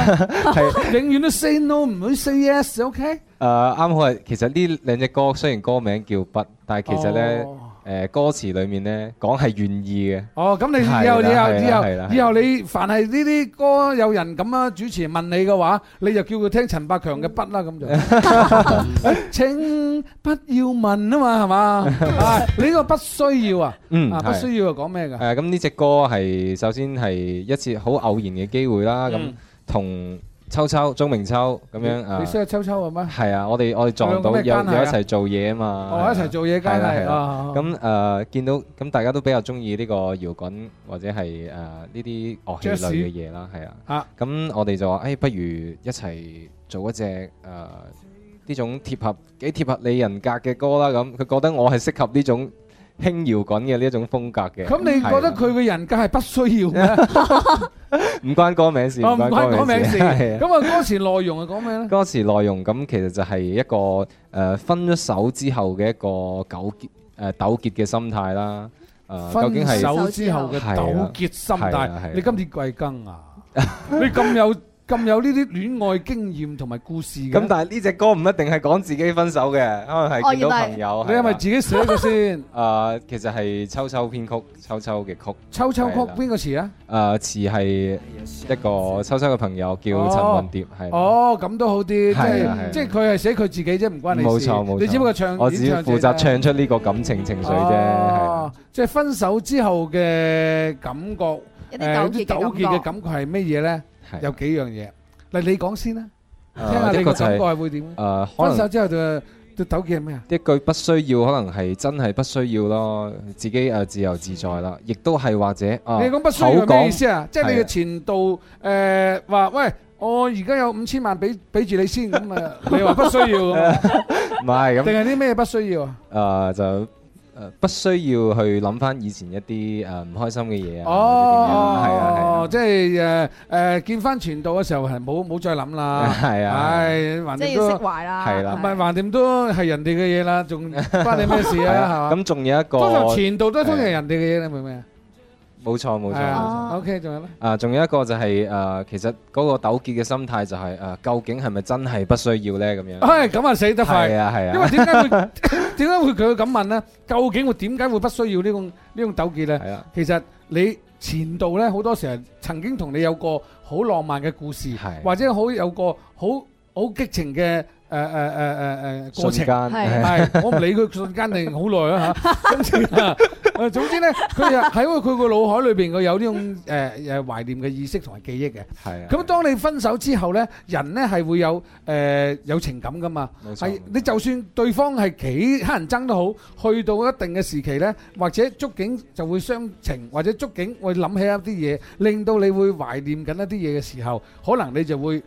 [SPEAKER 2] 永遠都 say no，唔會 say yes，OK？
[SPEAKER 4] 誒呃啱好係其實呢兩隻歌雖然歌名叫不，但係其實呢，誒、
[SPEAKER 2] 哦
[SPEAKER 4] 歌詞裡面呢講係願意嘅，
[SPEAKER 2] 哦，咁你
[SPEAKER 4] 係啦
[SPEAKER 2] 以後以後
[SPEAKER 4] 係啦
[SPEAKER 2] 以
[SPEAKER 4] 係啦
[SPEAKER 2] 後以後你凡係呢啲歌有人咁啊，主持人問你嘅話，你就叫佢聽陳百強嘅筆啦， 咁就。誒請不要問啊嘛，係嘛？ 啊，你呢個不需要啊，
[SPEAKER 4] 嗯，
[SPEAKER 2] 啊不
[SPEAKER 4] 係。
[SPEAKER 2] 需要啊，講咩㗎？
[SPEAKER 4] 誒咁呢只歌係首先係一次好偶然嘅機會啦，咁同秋秋、鍾明秋咁樣
[SPEAKER 2] 嗯你
[SPEAKER 4] 啊，
[SPEAKER 2] 識阿秋秋係咩？
[SPEAKER 4] 係啊，我哋我哋撞到
[SPEAKER 2] 兩個
[SPEAKER 4] 有
[SPEAKER 2] 咩
[SPEAKER 4] 有
[SPEAKER 2] 關係啊
[SPEAKER 4] 一齊做嘢啊嘛，
[SPEAKER 2] 哦，一
[SPEAKER 4] 係啊
[SPEAKER 2] 齊做嘢梗
[SPEAKER 4] 係啦
[SPEAKER 2] 係
[SPEAKER 4] 係啦
[SPEAKER 2] 啊。
[SPEAKER 4] 咁誒、呃、見到咁大家都比較中意呢個搖滾或者係誒呢啲樂器
[SPEAKER 2] Jazz
[SPEAKER 4] 類嘅嘢啦，係啊
[SPEAKER 2] 啊。
[SPEAKER 4] 咁我哋就話誒、哎不如一齊做一隻誒呢種貼合幾貼合你人格嘅歌啦。咁佢覺得我係適合呢種輕搖滾嘅呢一種風格嘅。
[SPEAKER 2] 咁你覺得
[SPEAKER 4] 係啊
[SPEAKER 2] 佢嘅人格係不需 要嘅？
[SPEAKER 4] 唔關歌名事？
[SPEAKER 2] 哦唔關講名 事。
[SPEAKER 4] 係啊
[SPEAKER 2] 咁啊，歌詞內容係講咩咧？
[SPEAKER 4] 歌詞內容咁其實就係一個誒、呃分咗手之後嘅一個糾結誒、呃、糾結嘅心態啦。誒、究竟
[SPEAKER 2] 分
[SPEAKER 4] 係
[SPEAKER 2] 手之後嘅糾結心
[SPEAKER 4] 係啦係啦係
[SPEAKER 2] 態
[SPEAKER 4] 啦，
[SPEAKER 2] 你今年貴庚啊？ 你咁有咁有呢啲戀愛經驗同埋故事
[SPEAKER 4] 咁，
[SPEAKER 2] 嘅，
[SPEAKER 4] 但係呢只歌唔一定係講自己分手嘅，可能
[SPEAKER 3] 哦
[SPEAKER 4] 係見到
[SPEAKER 3] 原來
[SPEAKER 4] 朋友。
[SPEAKER 2] 你係咪
[SPEAKER 4] 啦
[SPEAKER 2] 自己寫 嘅先？
[SPEAKER 4] 誒？其實係秋秋編曲，秋秋嘅曲。
[SPEAKER 2] 秋秋曲
[SPEAKER 4] 係啦
[SPEAKER 2] 邊個詞啊？
[SPEAKER 4] 誒詞係一個秋秋嘅朋友叫陳雲蝶，係啦。
[SPEAKER 2] 哦，咁都好啲，即
[SPEAKER 4] 係啊係
[SPEAKER 2] 係
[SPEAKER 4] 啊
[SPEAKER 2] 即係佢係寫佢自己啫，唔關你事。
[SPEAKER 4] 冇錯冇錯
[SPEAKER 2] 你只不過唱，
[SPEAKER 4] 我只
[SPEAKER 2] 演唱者
[SPEAKER 4] 負責
[SPEAKER 2] 啫
[SPEAKER 4] 唱出呢個感情情緒啫，係啊
[SPEAKER 2] 哦，即係分手之後嘅感覺，
[SPEAKER 3] 有啲
[SPEAKER 2] 誒
[SPEAKER 3] 糾結
[SPEAKER 2] 啲糾
[SPEAKER 3] 嘅
[SPEAKER 2] 結
[SPEAKER 3] 感覺。
[SPEAKER 2] 嘅感覺係乜嘢咧？
[SPEAKER 4] 係
[SPEAKER 2] 有幾樣嘢，嗱你講先啦，聽下
[SPEAKER 4] 誒
[SPEAKER 2] 你
[SPEAKER 4] 一
[SPEAKER 2] 個
[SPEAKER 4] 個就
[SPEAKER 2] 感覺
[SPEAKER 4] 係
[SPEAKER 2] 係會點？
[SPEAKER 4] 誒可
[SPEAKER 2] 分
[SPEAKER 4] 能
[SPEAKER 2] 手之後嘅嘅糾結係咩啊？
[SPEAKER 4] 一句不需要，可能係真係不需要咯，自己誒自由自在啦，亦都係或者啊，
[SPEAKER 2] 你講不需要
[SPEAKER 4] 口
[SPEAKER 2] 係咩意
[SPEAKER 4] 講
[SPEAKER 2] 思啊？即係你
[SPEAKER 4] 係
[SPEAKER 2] 嘅
[SPEAKER 4] 啊
[SPEAKER 2] 前度誒話喂，我而家有五千萬俾俾住 你先咁啊，你話不需要咁啊，
[SPEAKER 4] 唔係
[SPEAKER 2] 定
[SPEAKER 4] 咁
[SPEAKER 2] 係啲咩不需要啊？
[SPEAKER 4] 誒就誒不需要去諗翻以前一啲誒唔開心嘅嘢啊，或者點樣係啊
[SPEAKER 2] 哦，即係誒誒見翻前度嘅時候係冇冇再諗啦，
[SPEAKER 4] 係啊
[SPEAKER 2] 唉，橫
[SPEAKER 3] 即係
[SPEAKER 2] 掂
[SPEAKER 3] 要
[SPEAKER 2] 都
[SPEAKER 3] 釋懷啦，
[SPEAKER 4] 係啦
[SPEAKER 2] 唔係橫掂都係人哋嘅嘢啦， 仲關你咩事
[SPEAKER 4] 係啊，係
[SPEAKER 2] 啊？
[SPEAKER 4] 啊
[SPEAKER 2] 係嘛？
[SPEAKER 4] 咁仲有一個
[SPEAKER 2] 通常前度都通常係人哋嘅嘢，你明唔明啊？
[SPEAKER 4] 冇錯冇錯
[SPEAKER 2] 係啊
[SPEAKER 4] 冇錯。
[SPEAKER 3] 哦
[SPEAKER 2] OK，仲有咧？
[SPEAKER 4] 啊，仲有一個就係、誒、其實嗰個糾結嘅心態就係、誒、究竟係咪真係不需要呢？咁樣？
[SPEAKER 2] 唉，咁啊死得快
[SPEAKER 4] 係。啊係
[SPEAKER 2] 因
[SPEAKER 4] 啊
[SPEAKER 2] 為，點解會 點解會佢咁問咧？究竟會點解會不需要呢種呢種糾結咧？
[SPEAKER 4] 係啊，
[SPEAKER 2] 其實你前度咧好多時係曾經同你有個好浪漫嘅故事，
[SPEAKER 4] 係
[SPEAKER 2] 或者好有個好好激情嘅呃誒誒誒誒誒
[SPEAKER 4] 瞬
[SPEAKER 2] 過呃程
[SPEAKER 4] 間。
[SPEAKER 3] 係
[SPEAKER 2] 係，我唔理佢瞬間定好耐啊 嚇。咁先啊誒總之咧，佢又喺佢個腦海裏邊，佢有呢種誒誒懷念嘅意識同埋記憶嘅。
[SPEAKER 4] 係啊。
[SPEAKER 2] 咁當你分手之後咧，人咧係會有誒有情感噶嘛。
[SPEAKER 4] 冇錯
[SPEAKER 2] 係你就算對方係幾乞人憎都好，去到一定嘅時期呢，或者觸景就會傷情，或者觸景會諗起一啲嘢，令到你會懷念緊一啲嘢嘅時候，可能你就會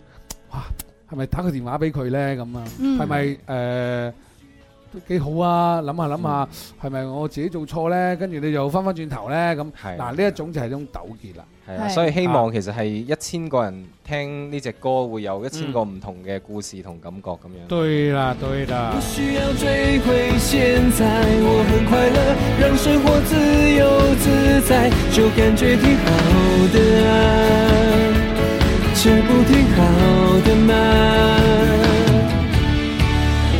[SPEAKER 2] 哇，係咪打個電話俾佢呢？咁啊，
[SPEAKER 3] 嗯
[SPEAKER 2] 係咪誒都幾好啊？諗下諗下，係咪我自己做錯呢？跟住你就翻翻轉頭呢？咁
[SPEAKER 4] 係
[SPEAKER 2] 嗱，呢一種就係一種糾結啦。
[SPEAKER 4] 係啊，
[SPEAKER 3] 係
[SPEAKER 4] 所以希望其實係一千個人聽呢只歌，會有一千個唔同嘅故事同感覺咁樣。
[SPEAKER 2] 對啦，對啦
[SPEAKER 1] 不。需要追悔，现在我很快乐，让生活自由自在，就感觉挺好的啊，这不挺好的吗？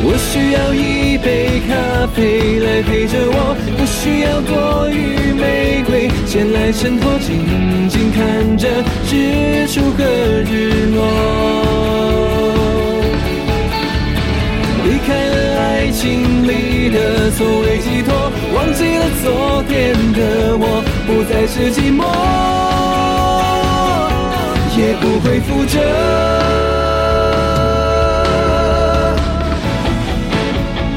[SPEAKER 1] 我需要一杯咖啡来陪着我，不需要多余玫瑰，前来衬托，静静看着日出和日落。离开了爱情里的所谓寄托，忘记了昨天的我，不再是寂寞，也不会负责。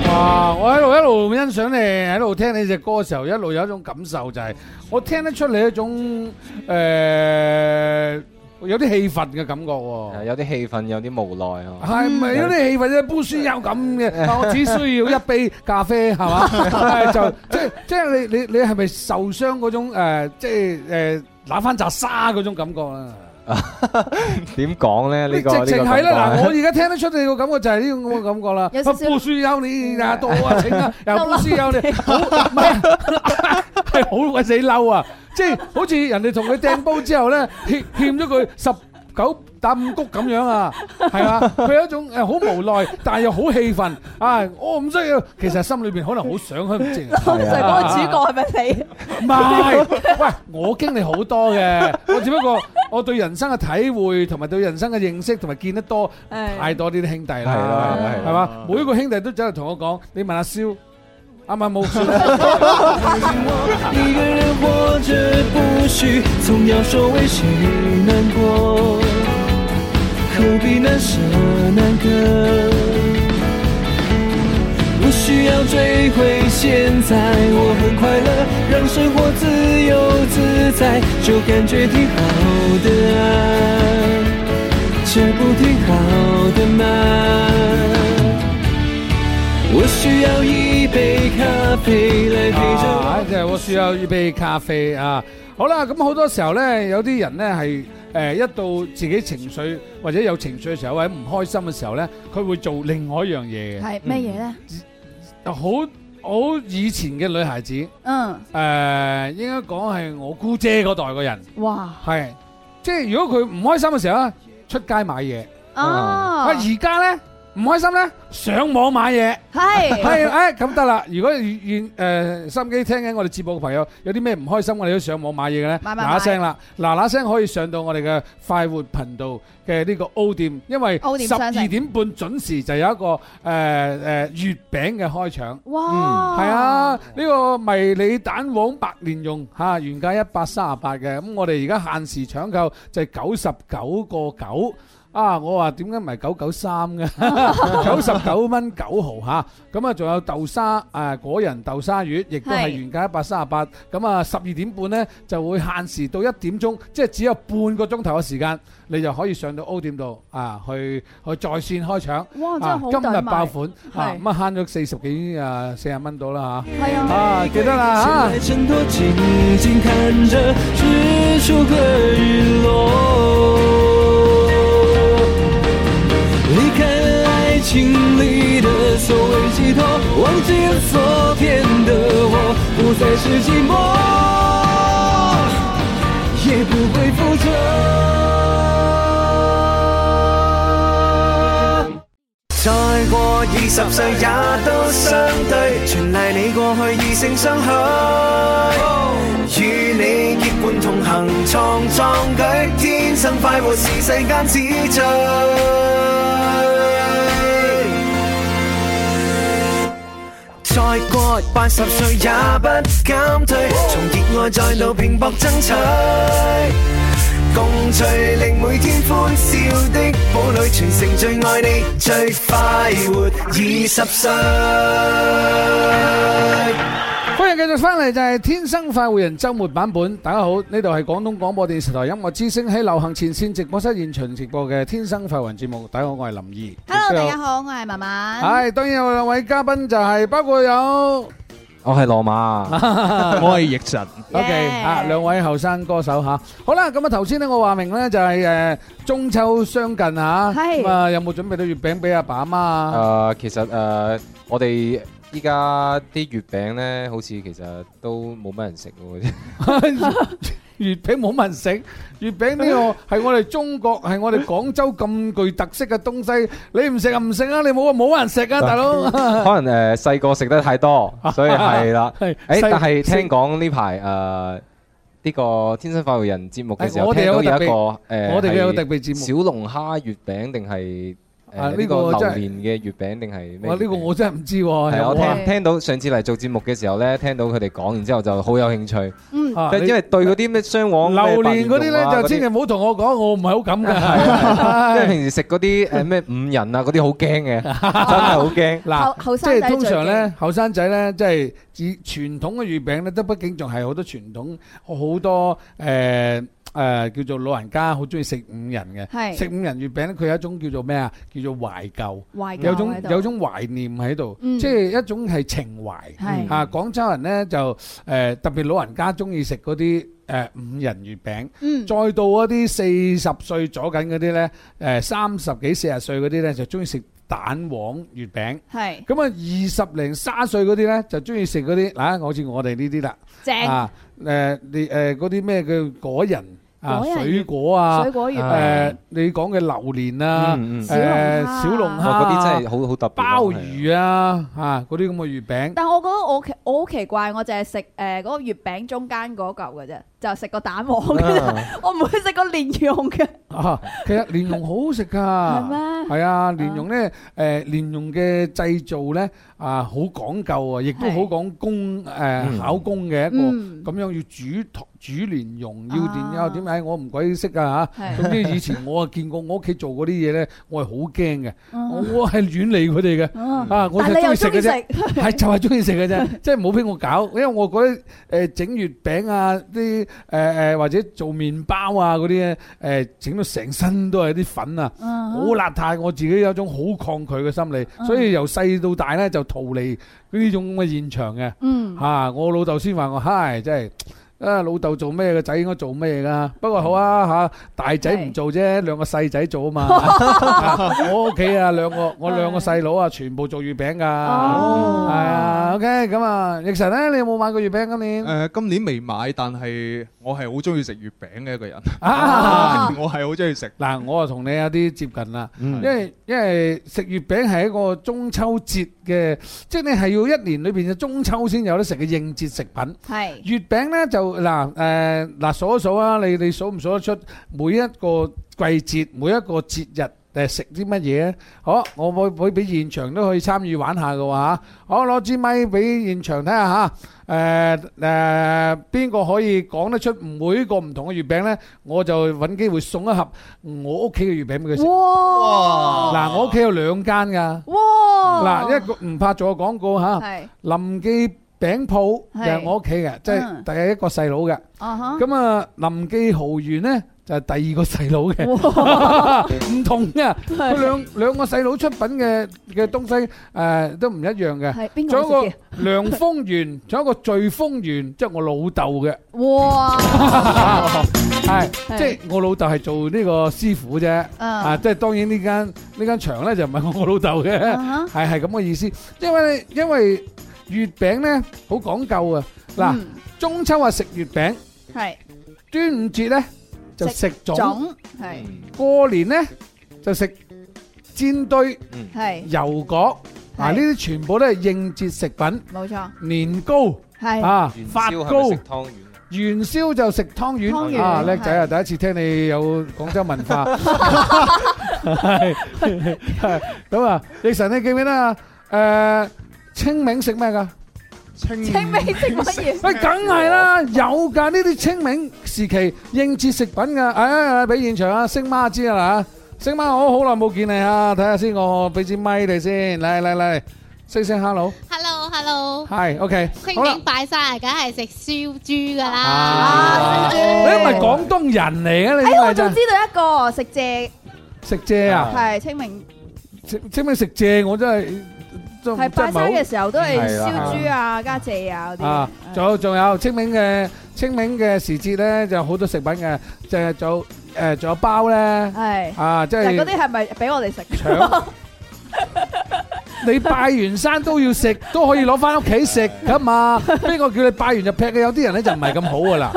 [SPEAKER 2] 哇！啊我喺度一路欣賞你，喺度聽你只歌嘅時候，一路有一種感受就係、我聽得出你一種誒、呃有啲氣憤嘅感覺喎、
[SPEAKER 4] 係有啲氣憤，有啲無奈啊。
[SPEAKER 2] 係咪有啲氣氛啫？不需要咁嘅，啊我只需要一杯咖啡，係嘛？ 係就即即係你你你係咪受傷嗰種、呃、即係誒揦翻扎沙嗰種感覺啊啦？
[SPEAKER 4] 點講呢？
[SPEAKER 2] 你
[SPEAKER 4] 呢
[SPEAKER 2] 直
[SPEAKER 4] 個呢
[SPEAKER 2] 情
[SPEAKER 4] 個
[SPEAKER 2] 係啦，嗱，我
[SPEAKER 4] 感覺
[SPEAKER 2] 而家聽得出你個感覺就係呢種咁嘅感覺啦。
[SPEAKER 3] 有少少
[SPEAKER 2] 不需要你啊，到啊，請啊，又不需要你，好唔係啊係好鬼死嬲啊！即係好似人哋同佢掟煲之後咧，欠欠咗佢十九打五谷咁樣啊，係啊，佢有一種誒好無奈，但係又好氣憤啊！我唔需要，其實心裏邊可能好想佢唔知。
[SPEAKER 3] 通常嗰個主角係咪你？
[SPEAKER 2] 唔係，喂，我經歷好多嘅，我只不過我對人生嘅體會同埋對人生嘅認識同埋見得多
[SPEAKER 3] 係
[SPEAKER 2] 太多呢啲兄弟
[SPEAKER 4] 係啦
[SPEAKER 2] 啦，
[SPEAKER 4] 係啦係
[SPEAKER 2] 係
[SPEAKER 4] 啦。
[SPEAKER 2] 嘛？每個兄弟都走嚟同我講，你問阿蕭，啱啱冇 笑，
[SPEAKER 1] 一个人活着不需总要说为谁难过，何必难舍难割？不需要追悔，现在我很快乐，让生活自由自在，就感觉挺好的啊，这不挺好的吗？我需要一杯咖啡来陪着我。
[SPEAKER 2] 啊，即係我需要一杯咖啡啊。好啦，咁好多時候咧，有啲人咧係誒一到自己情緒或者有情緒嘅時候，或者唔開心嘅時候咧，佢會做另外一樣嘢嘅。
[SPEAKER 3] 係咩嘢咧？
[SPEAKER 2] 好好以前嘅女孩子，誒、
[SPEAKER 3] 嗯，
[SPEAKER 2] 應該講係我姑姐嗰代嘅人，
[SPEAKER 3] 哇
[SPEAKER 2] 係即係如果佢唔開心嘅時候咧，出街買嘢。啊，
[SPEAKER 3] 啊，
[SPEAKER 2] 而家咧唔開心咧，上網買嘢。
[SPEAKER 3] 係
[SPEAKER 2] 係，誒咁得啦！如果現誒心機聽緊我哋節目嘅朋友有啲咩唔開心，我哋都上網買嘢嘅咧，
[SPEAKER 3] 買
[SPEAKER 2] 嗱
[SPEAKER 3] 買
[SPEAKER 2] 嗱
[SPEAKER 3] 買
[SPEAKER 2] 聲啦，嗱嗱聲可以上到我哋嘅快活頻道嘅呢個 O 店，因為
[SPEAKER 3] O 店
[SPEAKER 2] 十
[SPEAKER 3] 商
[SPEAKER 2] 二
[SPEAKER 3] 城
[SPEAKER 2] 點半準時就有一個誒誒呃月餅嘅開場。
[SPEAKER 3] 哇，
[SPEAKER 2] 係啊，呢個迷你蛋黃白蓮蓉嚇原價一百三十八嘅，咁我哋而家限時搶購就係九十九個九。啊！我話點解唔係九九三嘅？九十九蚊九毫嚇，咁啊仲有豆沙誒、啊果仁豆沙魚，亦都係
[SPEAKER 3] 係
[SPEAKER 2] 原價一百三十八。咁啊十二點半呢就會限時到一點鐘，即係只有半個鐘頭嘅時間，你就可以上到 O 店度啊去去在線開搶。
[SPEAKER 3] 哇，真
[SPEAKER 2] 啊
[SPEAKER 3] 係好
[SPEAKER 2] 今
[SPEAKER 3] 抵
[SPEAKER 2] 日
[SPEAKER 3] 買
[SPEAKER 2] 爆款啊
[SPEAKER 3] 係
[SPEAKER 2] 咁啊慳咗四十幾啊四十蚊到啦
[SPEAKER 3] 係
[SPEAKER 2] 嚇，
[SPEAKER 3] 啊，
[SPEAKER 2] 啊記得
[SPEAKER 1] 前
[SPEAKER 2] 啦嚇
[SPEAKER 1] 来。挣脱，静静看着日出和日落。离开了爱情里的所谓寄托，忘记了昨天的我，不再是寂寞，也不会复仇。再過二十歲也都相對，全賴你過去異性相許，與你結伴同行創壯舉，天生快活是世間之最。再過八十歲也不減退，從熱愛再度拼搏爭取。共聚令每天歡笑的堡壘，全城最愛你，最快活二十歲。
[SPEAKER 2] 欢迎繼續翻嚟就係《天生快活人》周末版本，大家好，呢度係廣東廣播電視台音樂之聲喺流行前線直播室現場直播嘅《天生快活人》節目，大家好，我係林怡。
[SPEAKER 3] Hello，
[SPEAKER 2] 亦都有
[SPEAKER 3] 大家好，我係文文。
[SPEAKER 2] 係當然有兩位嘉賓就係 包括有
[SPEAKER 4] 我係羅馬，
[SPEAKER 5] 我係逆神，
[SPEAKER 2] OK 啊，兩位後生歌手吓。好啦，咁啊頭先呢，我話明呢就係誒中秋相近吓，
[SPEAKER 3] 係
[SPEAKER 2] 咁啊有冇準備到月餅俾阿爸阿媽啊？
[SPEAKER 4] 誒呃其實誒我哋依家啲月餅咧，好似其實都冇乜人食 喎。
[SPEAKER 2] 月餅冇乜人食，月餅呢個係我哋中國係我哋廣州咁具特色嘅東西，你唔食啊唔食啊，你冇啊冇人食啊，大佬。
[SPEAKER 4] 可能誒呃細個食得太多， 所以係啦。
[SPEAKER 2] 係
[SPEAKER 4] 誒，
[SPEAKER 2] 細
[SPEAKER 4] 但係
[SPEAKER 2] 細
[SPEAKER 4] 聽講呢排誒呃呢個《天生快活人》節目嘅時
[SPEAKER 2] 誒
[SPEAKER 4] 候，
[SPEAKER 2] 我哋
[SPEAKER 4] 聽到有
[SPEAKER 2] 有個
[SPEAKER 4] 一
[SPEAKER 2] 特
[SPEAKER 4] 個誒，呃
[SPEAKER 2] 別我哋嘅有個特
[SPEAKER 4] 係
[SPEAKER 2] 別節目，
[SPEAKER 4] 小龍蝦月餅定係
[SPEAKER 2] 啊
[SPEAKER 4] 誒
[SPEAKER 2] 呢
[SPEAKER 4] 呢
[SPEAKER 2] 個
[SPEAKER 4] 個榴
[SPEAKER 2] 真係
[SPEAKER 4] 蓮嘅月餅定係咩月
[SPEAKER 2] 哇
[SPEAKER 4] 餅？
[SPEAKER 2] 呢個我真係唔知喎，
[SPEAKER 4] 係
[SPEAKER 2] 有
[SPEAKER 4] 啊我
[SPEAKER 2] 冇啊
[SPEAKER 4] 聽聽到上次嚟做節目嘅時候咧，聽到佢哋講，然之後就好有興趣，
[SPEAKER 3] 嗯，
[SPEAKER 2] 啊
[SPEAKER 4] 即係
[SPEAKER 2] 你
[SPEAKER 4] 因為對嗰啲咩雙黃
[SPEAKER 2] 榴蓮嗰啲咧就千祈
[SPEAKER 4] 係
[SPEAKER 2] 唔好同我講，我唔係好啊敢
[SPEAKER 4] 因為
[SPEAKER 2] 㗎。
[SPEAKER 4] 平時食嗰啲誒咩五仁啊嗰啲好驚 嘅，真係好驚。
[SPEAKER 2] 嗱
[SPEAKER 3] 後。後
[SPEAKER 2] 即
[SPEAKER 3] 生
[SPEAKER 2] 係
[SPEAKER 3] 仔
[SPEAKER 2] 通常
[SPEAKER 3] 最勁
[SPEAKER 2] 咧，後生仔咧，即係以傳統嘅月餅咧，都畢竟仲係好多傳統，好多誒誒、呃叫做老人家好中意食五仁嘅，
[SPEAKER 3] 係
[SPEAKER 2] 食五仁月餅咧，佢有一種叫做咩啊？叫做懷舊，
[SPEAKER 3] 懷舊
[SPEAKER 2] 有種
[SPEAKER 3] 喺度
[SPEAKER 2] 有種懷念喺度，
[SPEAKER 3] 嗯
[SPEAKER 2] 即係一種係情懷。
[SPEAKER 3] 係
[SPEAKER 2] 啊，廣州人咧就誒、呃特別老人家中意食嗰啲誒五仁月餅。
[SPEAKER 3] 嗯
[SPEAKER 2] 再到嗰啲四十歲左緊嗰啲咧，誒三十幾四十歲嗰啲咧，就中意食蛋黃月餅。
[SPEAKER 3] 係
[SPEAKER 2] 咁啊，二十零卅歲嗰啲咧，就中意食嗰啲嗱，好似我哋呢啲啦，
[SPEAKER 3] 正
[SPEAKER 2] 啊，誒你誒嗰啲咩叫果仁啊、
[SPEAKER 3] 果仁
[SPEAKER 2] 水果啊
[SPEAKER 3] 水，果
[SPEAKER 2] à,
[SPEAKER 3] 月餅，
[SPEAKER 2] 誒你講嘅榴蓮啊，
[SPEAKER 4] 嗯嗯
[SPEAKER 3] 小龍
[SPEAKER 2] 誒
[SPEAKER 3] 蝦
[SPEAKER 2] 小龍蝦
[SPEAKER 4] 哇！
[SPEAKER 2] 啊
[SPEAKER 4] 嗰啲
[SPEAKER 2] 係
[SPEAKER 4] 真係好好特別啊。係
[SPEAKER 2] 鮑
[SPEAKER 4] 啊
[SPEAKER 2] 魚啊，嚇嗰啲咁嘅月餅，
[SPEAKER 3] 但我覺得我奇我好奇怪，我淨係食誒嗰個月餅中間嗰嚿嘅啫，就食個蛋黃
[SPEAKER 4] À.
[SPEAKER 3] 嘅 啫，
[SPEAKER 4] 啊
[SPEAKER 3] 我唔會食個蓮蓉嘅，
[SPEAKER 2] 啊，其實蓮蓉好好食㗎，
[SPEAKER 3] 係咩？
[SPEAKER 2] 係啊，蓮蓉咧，誒蓮蓉嘅製造咧啊，好講究啊，亦都
[SPEAKER 3] 係
[SPEAKER 2] 好講工誒
[SPEAKER 4] 嗯
[SPEAKER 3] Ừ.
[SPEAKER 2] 考工嘅一個
[SPEAKER 3] 嗯
[SPEAKER 2] 咁樣要煮糖主聯用
[SPEAKER 3] 啊
[SPEAKER 2] 要電有點解哎我唔鬼識啊
[SPEAKER 3] 係
[SPEAKER 2] 嚇。總之以前我啊見過我屋企做嗰啲嘢咧，我係好驚嘅，
[SPEAKER 3] 嗯
[SPEAKER 2] 我我係遠離佢哋嘅。
[SPEAKER 3] 嗯
[SPEAKER 2] 啊，我
[SPEAKER 3] 但
[SPEAKER 2] 就
[SPEAKER 3] 你
[SPEAKER 2] 中
[SPEAKER 3] 又
[SPEAKER 2] 意食
[SPEAKER 3] 中
[SPEAKER 2] 嘅
[SPEAKER 3] 意食
[SPEAKER 2] 啫，，係就係中意食嘅 啫，即係冇俾我搞，因為我覺得誒、呃整月餅啊，啲誒誒或者做麵包啊嗰啲咧，誒、整到成身都係啲粉啊。
[SPEAKER 3] Ờ,
[SPEAKER 2] 啊好
[SPEAKER 3] 好
[SPEAKER 2] 邋遢，我自己有一種好抗拒嘅心理，所以由細到大咧就逃離呢種咁嘅現場嘅。
[SPEAKER 3] 嗯
[SPEAKER 2] 嚇、我老豆先話我嗨，真係。啊！老豆做咩嘅仔應該做咩噶？不過好
[SPEAKER 3] 嗯
[SPEAKER 2] 啊嚇，大仔唔做啫，兩個細仔做啊嘛。 我屋企啊，兩個我兩個細佬啊，全部做月餅噶。
[SPEAKER 3] 哦
[SPEAKER 2] 係啊，OK，咁啊，奕晨咧，你有冇買過月餅今年？
[SPEAKER 5] 誒今年未買，但係我係好中意食月餅嘅一 個人，
[SPEAKER 2] 啊
[SPEAKER 5] 我係好中意食。
[SPEAKER 2] 嗱，我啊同你有啲接近啦，
[SPEAKER 4] 嗯
[SPEAKER 2] 因為因為食月餅係一個中秋節嘅，即係你係要一年裏邊嘅中秋先有得食嘅應節食品。
[SPEAKER 3] 係
[SPEAKER 2] 月餅咧就嗱誒嗱數一數啊，你你數唔數得出每一個季節每一個節日誒食啲乜嘢啊？好，我會會俾現場都去參與玩下嘅話，好攞支咪俾現場睇下嚇。誒誒，邊個可以講得出每個唔同嘅月餅咧？我就揾機會送一盒我屋企嘅月餅俾佢食。
[SPEAKER 3] 哇
[SPEAKER 2] 嗱，我屋企有兩間㗎，
[SPEAKER 3] 哇
[SPEAKER 2] 嗱一個唔怕做廣告嚇。
[SPEAKER 3] 係
[SPEAKER 2] 林記餅鋪就係我屋企嘅，即係
[SPEAKER 3] 嗯
[SPEAKER 2] 第一個細佬嘅。
[SPEAKER 3] 啊哈
[SPEAKER 2] 咁啊，林記豪園呢，就係第二個細佬嘅，唔同嘅。佢兩兩個細佬出品嘅嘅東西，誒、都唔一樣嘅。
[SPEAKER 3] 係邊個
[SPEAKER 2] 仲有
[SPEAKER 3] 好食
[SPEAKER 2] 一
[SPEAKER 3] 嘅？
[SPEAKER 2] 個涼風園， 仲有一個聚風園，即係我老豆 嘅，
[SPEAKER 3] 哇！
[SPEAKER 2] 係即係我老豆係做呢個師傅啫。啊，
[SPEAKER 3] 啊
[SPEAKER 2] 即係當然呢間呢間場咧就唔係我老豆嘅。
[SPEAKER 3] 啊
[SPEAKER 2] 係係咁嘅意思，因為因為月餅咧好講究啊！嗱，
[SPEAKER 3] 嗯
[SPEAKER 2] 中秋啊食月餅，
[SPEAKER 3] 係
[SPEAKER 2] 端午節咧就食粽，
[SPEAKER 3] 粽係
[SPEAKER 2] 過年咧就食煎堆、
[SPEAKER 3] 係
[SPEAKER 2] 油果，嗱
[SPEAKER 3] 係
[SPEAKER 2] 呢啲全部都係應節食品，
[SPEAKER 3] 冇錯
[SPEAKER 2] 年糕
[SPEAKER 3] 係
[SPEAKER 2] 啊發糕。
[SPEAKER 4] 湯圓？
[SPEAKER 2] 元宵就食湯
[SPEAKER 3] 湯
[SPEAKER 2] 圓
[SPEAKER 3] 圓
[SPEAKER 2] 啊！叻仔啊，第一
[SPEAKER 3] 係
[SPEAKER 2] 次聽你有廣州文化，係係咁啊！奕晨你記唔記得啊？誒清明食咩㗎？
[SPEAKER 5] 清
[SPEAKER 3] 清味食乜嘢？
[SPEAKER 2] 喂，梗係啦，有㗎呢啲清明時期應節食品㗎。誒，俾現場啊，星媽知啊啦，星媽我好耐冇見你啊，睇下先，我俾支咪你先，嚟嚟嚟，聲聲 hello，
[SPEAKER 6] Hello Hello，
[SPEAKER 2] 係 OK，À.
[SPEAKER 6] 清
[SPEAKER 2] 好啦
[SPEAKER 6] 明，拜山梗係食燒豬噶
[SPEAKER 2] 啊
[SPEAKER 6] 啦，
[SPEAKER 2] 你
[SPEAKER 3] 你
[SPEAKER 2] 唔係廣東人嚟嘅，你
[SPEAKER 3] 哎，我
[SPEAKER 2] 真
[SPEAKER 3] 仲
[SPEAKER 2] 係
[SPEAKER 3] 知道一個食蔗
[SPEAKER 2] 食蔗啊？
[SPEAKER 3] 係清明
[SPEAKER 2] 清清明食蔗，我真係真
[SPEAKER 3] 係拜山嘅時候都係
[SPEAKER 4] 係啦
[SPEAKER 3] 燒豬啊、加蔗啊嗰啲。
[SPEAKER 2] 啊！仲有仲有清明嘅清明嘅時節咧，就有好多食品嘅，就係仲有誒仲有
[SPEAKER 3] Dạ,
[SPEAKER 2] 包咧
[SPEAKER 3] 係，
[SPEAKER 2] 啊！即
[SPEAKER 3] 但係嗰
[SPEAKER 2] 係
[SPEAKER 3] 啲係咪俾我哋食？
[SPEAKER 2] 腸。你拜完山都 要食，都可以攞翻屋企食噶嘛？邊個叫你拜完就劈嘅？有啲人咧就唔係咁好噶啦。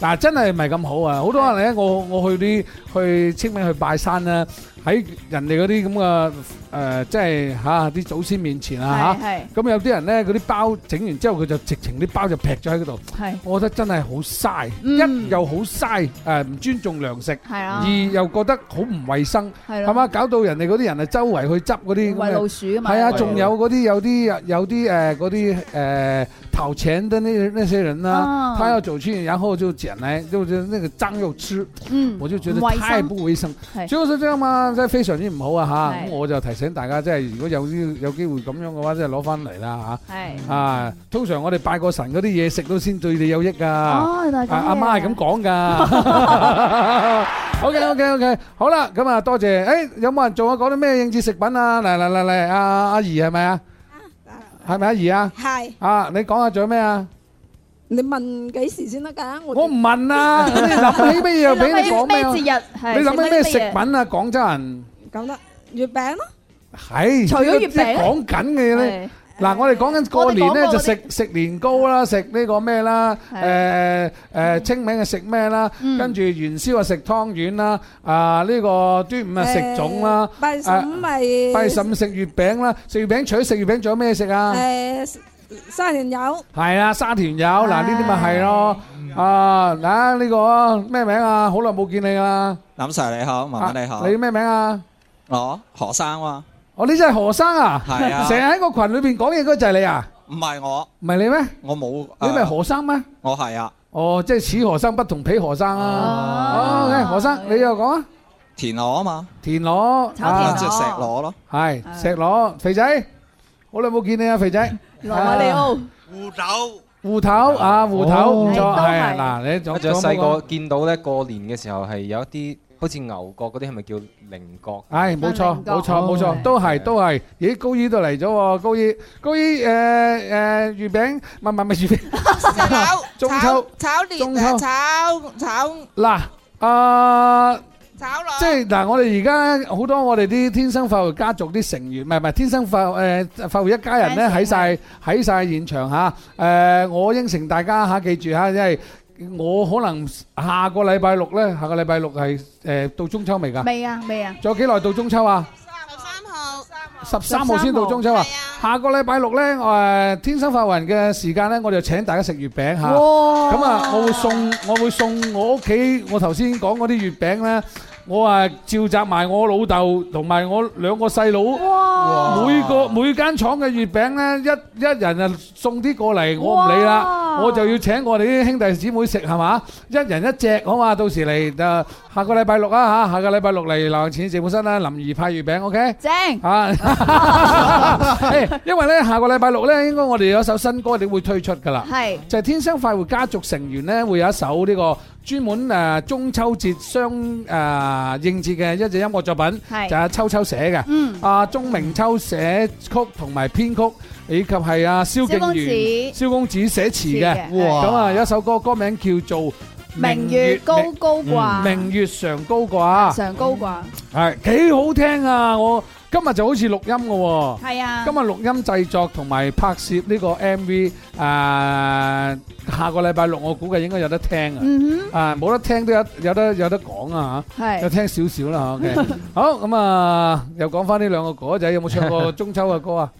[SPEAKER 2] 嗱，真係唔係咁好啊！好多人咧，我我去啲去清明去拜山咧，喺人哋嗰啲咁嘅誒，即係嚇啲祖先面前啊嚇。
[SPEAKER 3] 係係
[SPEAKER 2] 咁有啲人咧，嗰啲包整完之後，佢就直情啲包就劈咗喺嗰度。
[SPEAKER 3] 係
[SPEAKER 2] 我覺得真係好嘥，
[SPEAKER 3] 嗯
[SPEAKER 2] 一又好嘥，誒、唔尊重糧食，
[SPEAKER 3] 係啊
[SPEAKER 2] 二，又覺得好唔衞生，
[SPEAKER 3] 係
[SPEAKER 2] 係
[SPEAKER 3] 咯，
[SPEAKER 2] 嘛？搞到人哋嗰啲人啊，周圍去執嗰啲
[SPEAKER 3] 為
[SPEAKER 2] 咁
[SPEAKER 3] 老
[SPEAKER 2] 嘅，
[SPEAKER 3] 鼠噶嘛。
[SPEAKER 2] 係啊，
[SPEAKER 5] 為
[SPEAKER 2] 仲有嗰啲有啲有啲誒嗰啲誒討錢的那那些人啦、
[SPEAKER 3] 啊
[SPEAKER 2] 他要走去，然後就捡來，就是那個脏肉吃，
[SPEAKER 3] 嗯
[SPEAKER 2] 我就覺得
[SPEAKER 3] 唔衛生
[SPEAKER 2] 太不衞生，
[SPEAKER 3] 係
[SPEAKER 2] 就是這樣嘛，真係非常之唔好啊嚇！
[SPEAKER 3] 係
[SPEAKER 2] 咁我就提醒大家，即係如果有呢有機會咁樣嘅話，即係攞翻嚟啦嚇。
[SPEAKER 3] 係
[SPEAKER 2] 啊，通常我哋拜過神嗰啲嘢食到先對你有益噶。啊
[SPEAKER 3] 哦，原來係咁
[SPEAKER 2] 阿媽係咁講噶。OK OK OK，好啦，咁啊多謝。誒，有冇人仲有講啲咩應節食品啊？嚟嚟嚟嚟，阿阿姨係咪啊？係咪阿姨啊？
[SPEAKER 7] 係，
[SPEAKER 2] 啊，你講下仲有咩啊？
[SPEAKER 7] 你問幾時先得㗎？
[SPEAKER 2] 我唔問啊，你諗起乜嘢又俾你講咩啊？
[SPEAKER 3] 咩節日係？
[SPEAKER 2] 你諗起咩食
[SPEAKER 3] 嘢？
[SPEAKER 2] 品啊？廣州人
[SPEAKER 7] 咁得月餅咯，
[SPEAKER 2] 係
[SPEAKER 3] 除咗月餅
[SPEAKER 2] 呢個講緊嘅咧。
[SPEAKER 3] 係
[SPEAKER 2] 嗱，我哋講緊過年咧
[SPEAKER 3] 我哋講過
[SPEAKER 2] 就
[SPEAKER 3] 嗰啲
[SPEAKER 2] 食食年糕啦，食呢個咩啦，誒誒清明啊食咩啦，
[SPEAKER 3] 嗯
[SPEAKER 2] 跟住元宵啊食湯圓啦，啊呢個端午啊食粽啦，
[SPEAKER 7] 誒，拜嬸咪
[SPEAKER 2] 拜十五食月餅啦，食月餅除咗食月餅仲有咩食啊？
[SPEAKER 7] 誒沙田柚，
[SPEAKER 2] 係啊，沙田柚嗱呢啲咪係咯，啊嗱呢個咩名啊？好耐冇見你啦，
[SPEAKER 8] 林 Sir 你好，文
[SPEAKER 2] 啊
[SPEAKER 8] 文你好，
[SPEAKER 2] 你咩名啊？
[SPEAKER 8] 我何生喎，
[SPEAKER 2] 哦，你真係何生啊？
[SPEAKER 8] 係啊
[SPEAKER 2] 成日喺個群裏邊講嘢嗰個就係你啊？
[SPEAKER 8] 唔係我，
[SPEAKER 2] 唔係你咩？
[SPEAKER 8] 我冇，
[SPEAKER 2] 你咪
[SPEAKER 8] 呃
[SPEAKER 2] 何生咩？
[SPEAKER 8] 我係啊，
[SPEAKER 2] 哦，即係此河生不同彼河生
[SPEAKER 3] Ờ.
[SPEAKER 2] 啊。哦，OK，何生你又講啊，
[SPEAKER 8] 田螺啊嘛，
[SPEAKER 2] 田螺，
[SPEAKER 3] 炒田
[SPEAKER 8] 啊
[SPEAKER 3] 螺
[SPEAKER 2] 啊
[SPEAKER 8] 即係石螺咯，
[SPEAKER 2] 係石螺，肥仔，好耐冇見你啊，肥仔，
[SPEAKER 3] 羅
[SPEAKER 2] À.
[SPEAKER 3] 馬里奧
[SPEAKER 2] 芋頭啊，芋頭唔錯，
[SPEAKER 3] 哦
[SPEAKER 2] 係
[SPEAKER 3] 都係
[SPEAKER 2] 嗱，你仲
[SPEAKER 4] 我仲有
[SPEAKER 2] 仲有
[SPEAKER 4] 細
[SPEAKER 2] 冇講
[SPEAKER 4] 個見到咧，過年嘅時候係有一啲好似牛角嗰啲，係咪叫菱角？
[SPEAKER 2] 唉，冇錯，冇錯，冇錯，都係，都係。咦，高姨都嚟咗喎，高姨，高姨，誒誒，月餅，唔係唔係唔係月餅，
[SPEAKER 9] 炒
[SPEAKER 2] 中
[SPEAKER 9] 炒
[SPEAKER 2] 秋
[SPEAKER 9] 炒年
[SPEAKER 2] 中秋
[SPEAKER 9] 炒炒
[SPEAKER 2] 嗱，啊，
[SPEAKER 9] 炒螺，
[SPEAKER 2] 即係嗱，我哋而家好多我哋啲天生快活家族啲成員，唔係唔係天生快活誒快活一家人咧，喺晒喺晒現場嚇。誒，我應承大家嚇，記住嚇，因為我可能下個禮拜六咧，下個禮拜六係誒到中秋未㗎？
[SPEAKER 3] 未啊，未啊，
[SPEAKER 2] 仲有幾耐到中秋啊？
[SPEAKER 9] 十三號，
[SPEAKER 2] 十三號先到中秋啊！下個禮拜六呢，誒、天生發雲嘅時間呢，我就請大家食月餅嚇。
[SPEAKER 3] 哇！
[SPEAKER 2] 咁啊，我會送我會送我屋企我頭先講嗰啲月餅呢，我啊召集埋我老豆同埋我兩個細佬。
[SPEAKER 3] 哇！
[SPEAKER 2] 每個每間廠嘅月餅呢，一一人啊送啲過嚟，我唔理啦，
[SPEAKER 3] 哇
[SPEAKER 2] 我就要請我哋啲兄弟姊妹食係嘛，一人一隻好嘛，到時嚟誒下個禮拜六啊嚇，下個禮拜六嚟流行錢直播室啦，林怡派月餅，OK。
[SPEAKER 3] 正，
[SPEAKER 2] 啊！ 誒因為咧，下個禮拜六咧，應該我哋有一首新歌，你會推出噶啦，
[SPEAKER 3] 係
[SPEAKER 2] 就係、天生快活家族成員咧，會有一首呢個專門誒、呃中秋節相誒、呃、應節嘅一隻音樂作品，
[SPEAKER 3] 係
[SPEAKER 2] 就係、秋秋寫嘅。
[SPEAKER 3] 嗯，
[SPEAKER 2] 阿鐘明秋寫曲同埋編曲，以及係阿蕭敬元、蕭公子寫詞嘅。
[SPEAKER 3] 嘅
[SPEAKER 2] 咁啊，有一首歌歌名叫做《
[SPEAKER 3] 明月高高掛，
[SPEAKER 2] 明月常高掛》，
[SPEAKER 3] 常高掛，
[SPEAKER 2] 係幾好聽啊！我今日就好似錄音嘅喎。
[SPEAKER 3] 係啊，
[SPEAKER 2] 今日錄音製作同埋拍攝呢個 MV，誒、下個禮拜六我估計應該有得聽啊！
[SPEAKER 3] 嗯
[SPEAKER 2] 啊冇得聽都有有得有得講啊
[SPEAKER 3] 哼，
[SPEAKER 2] 嚇，有
[SPEAKER 3] 係
[SPEAKER 2] 聽少 少啦嚇。OK，好咁啊，又講翻呢兩個哥仔有冇唱過中秋嘅歌啊？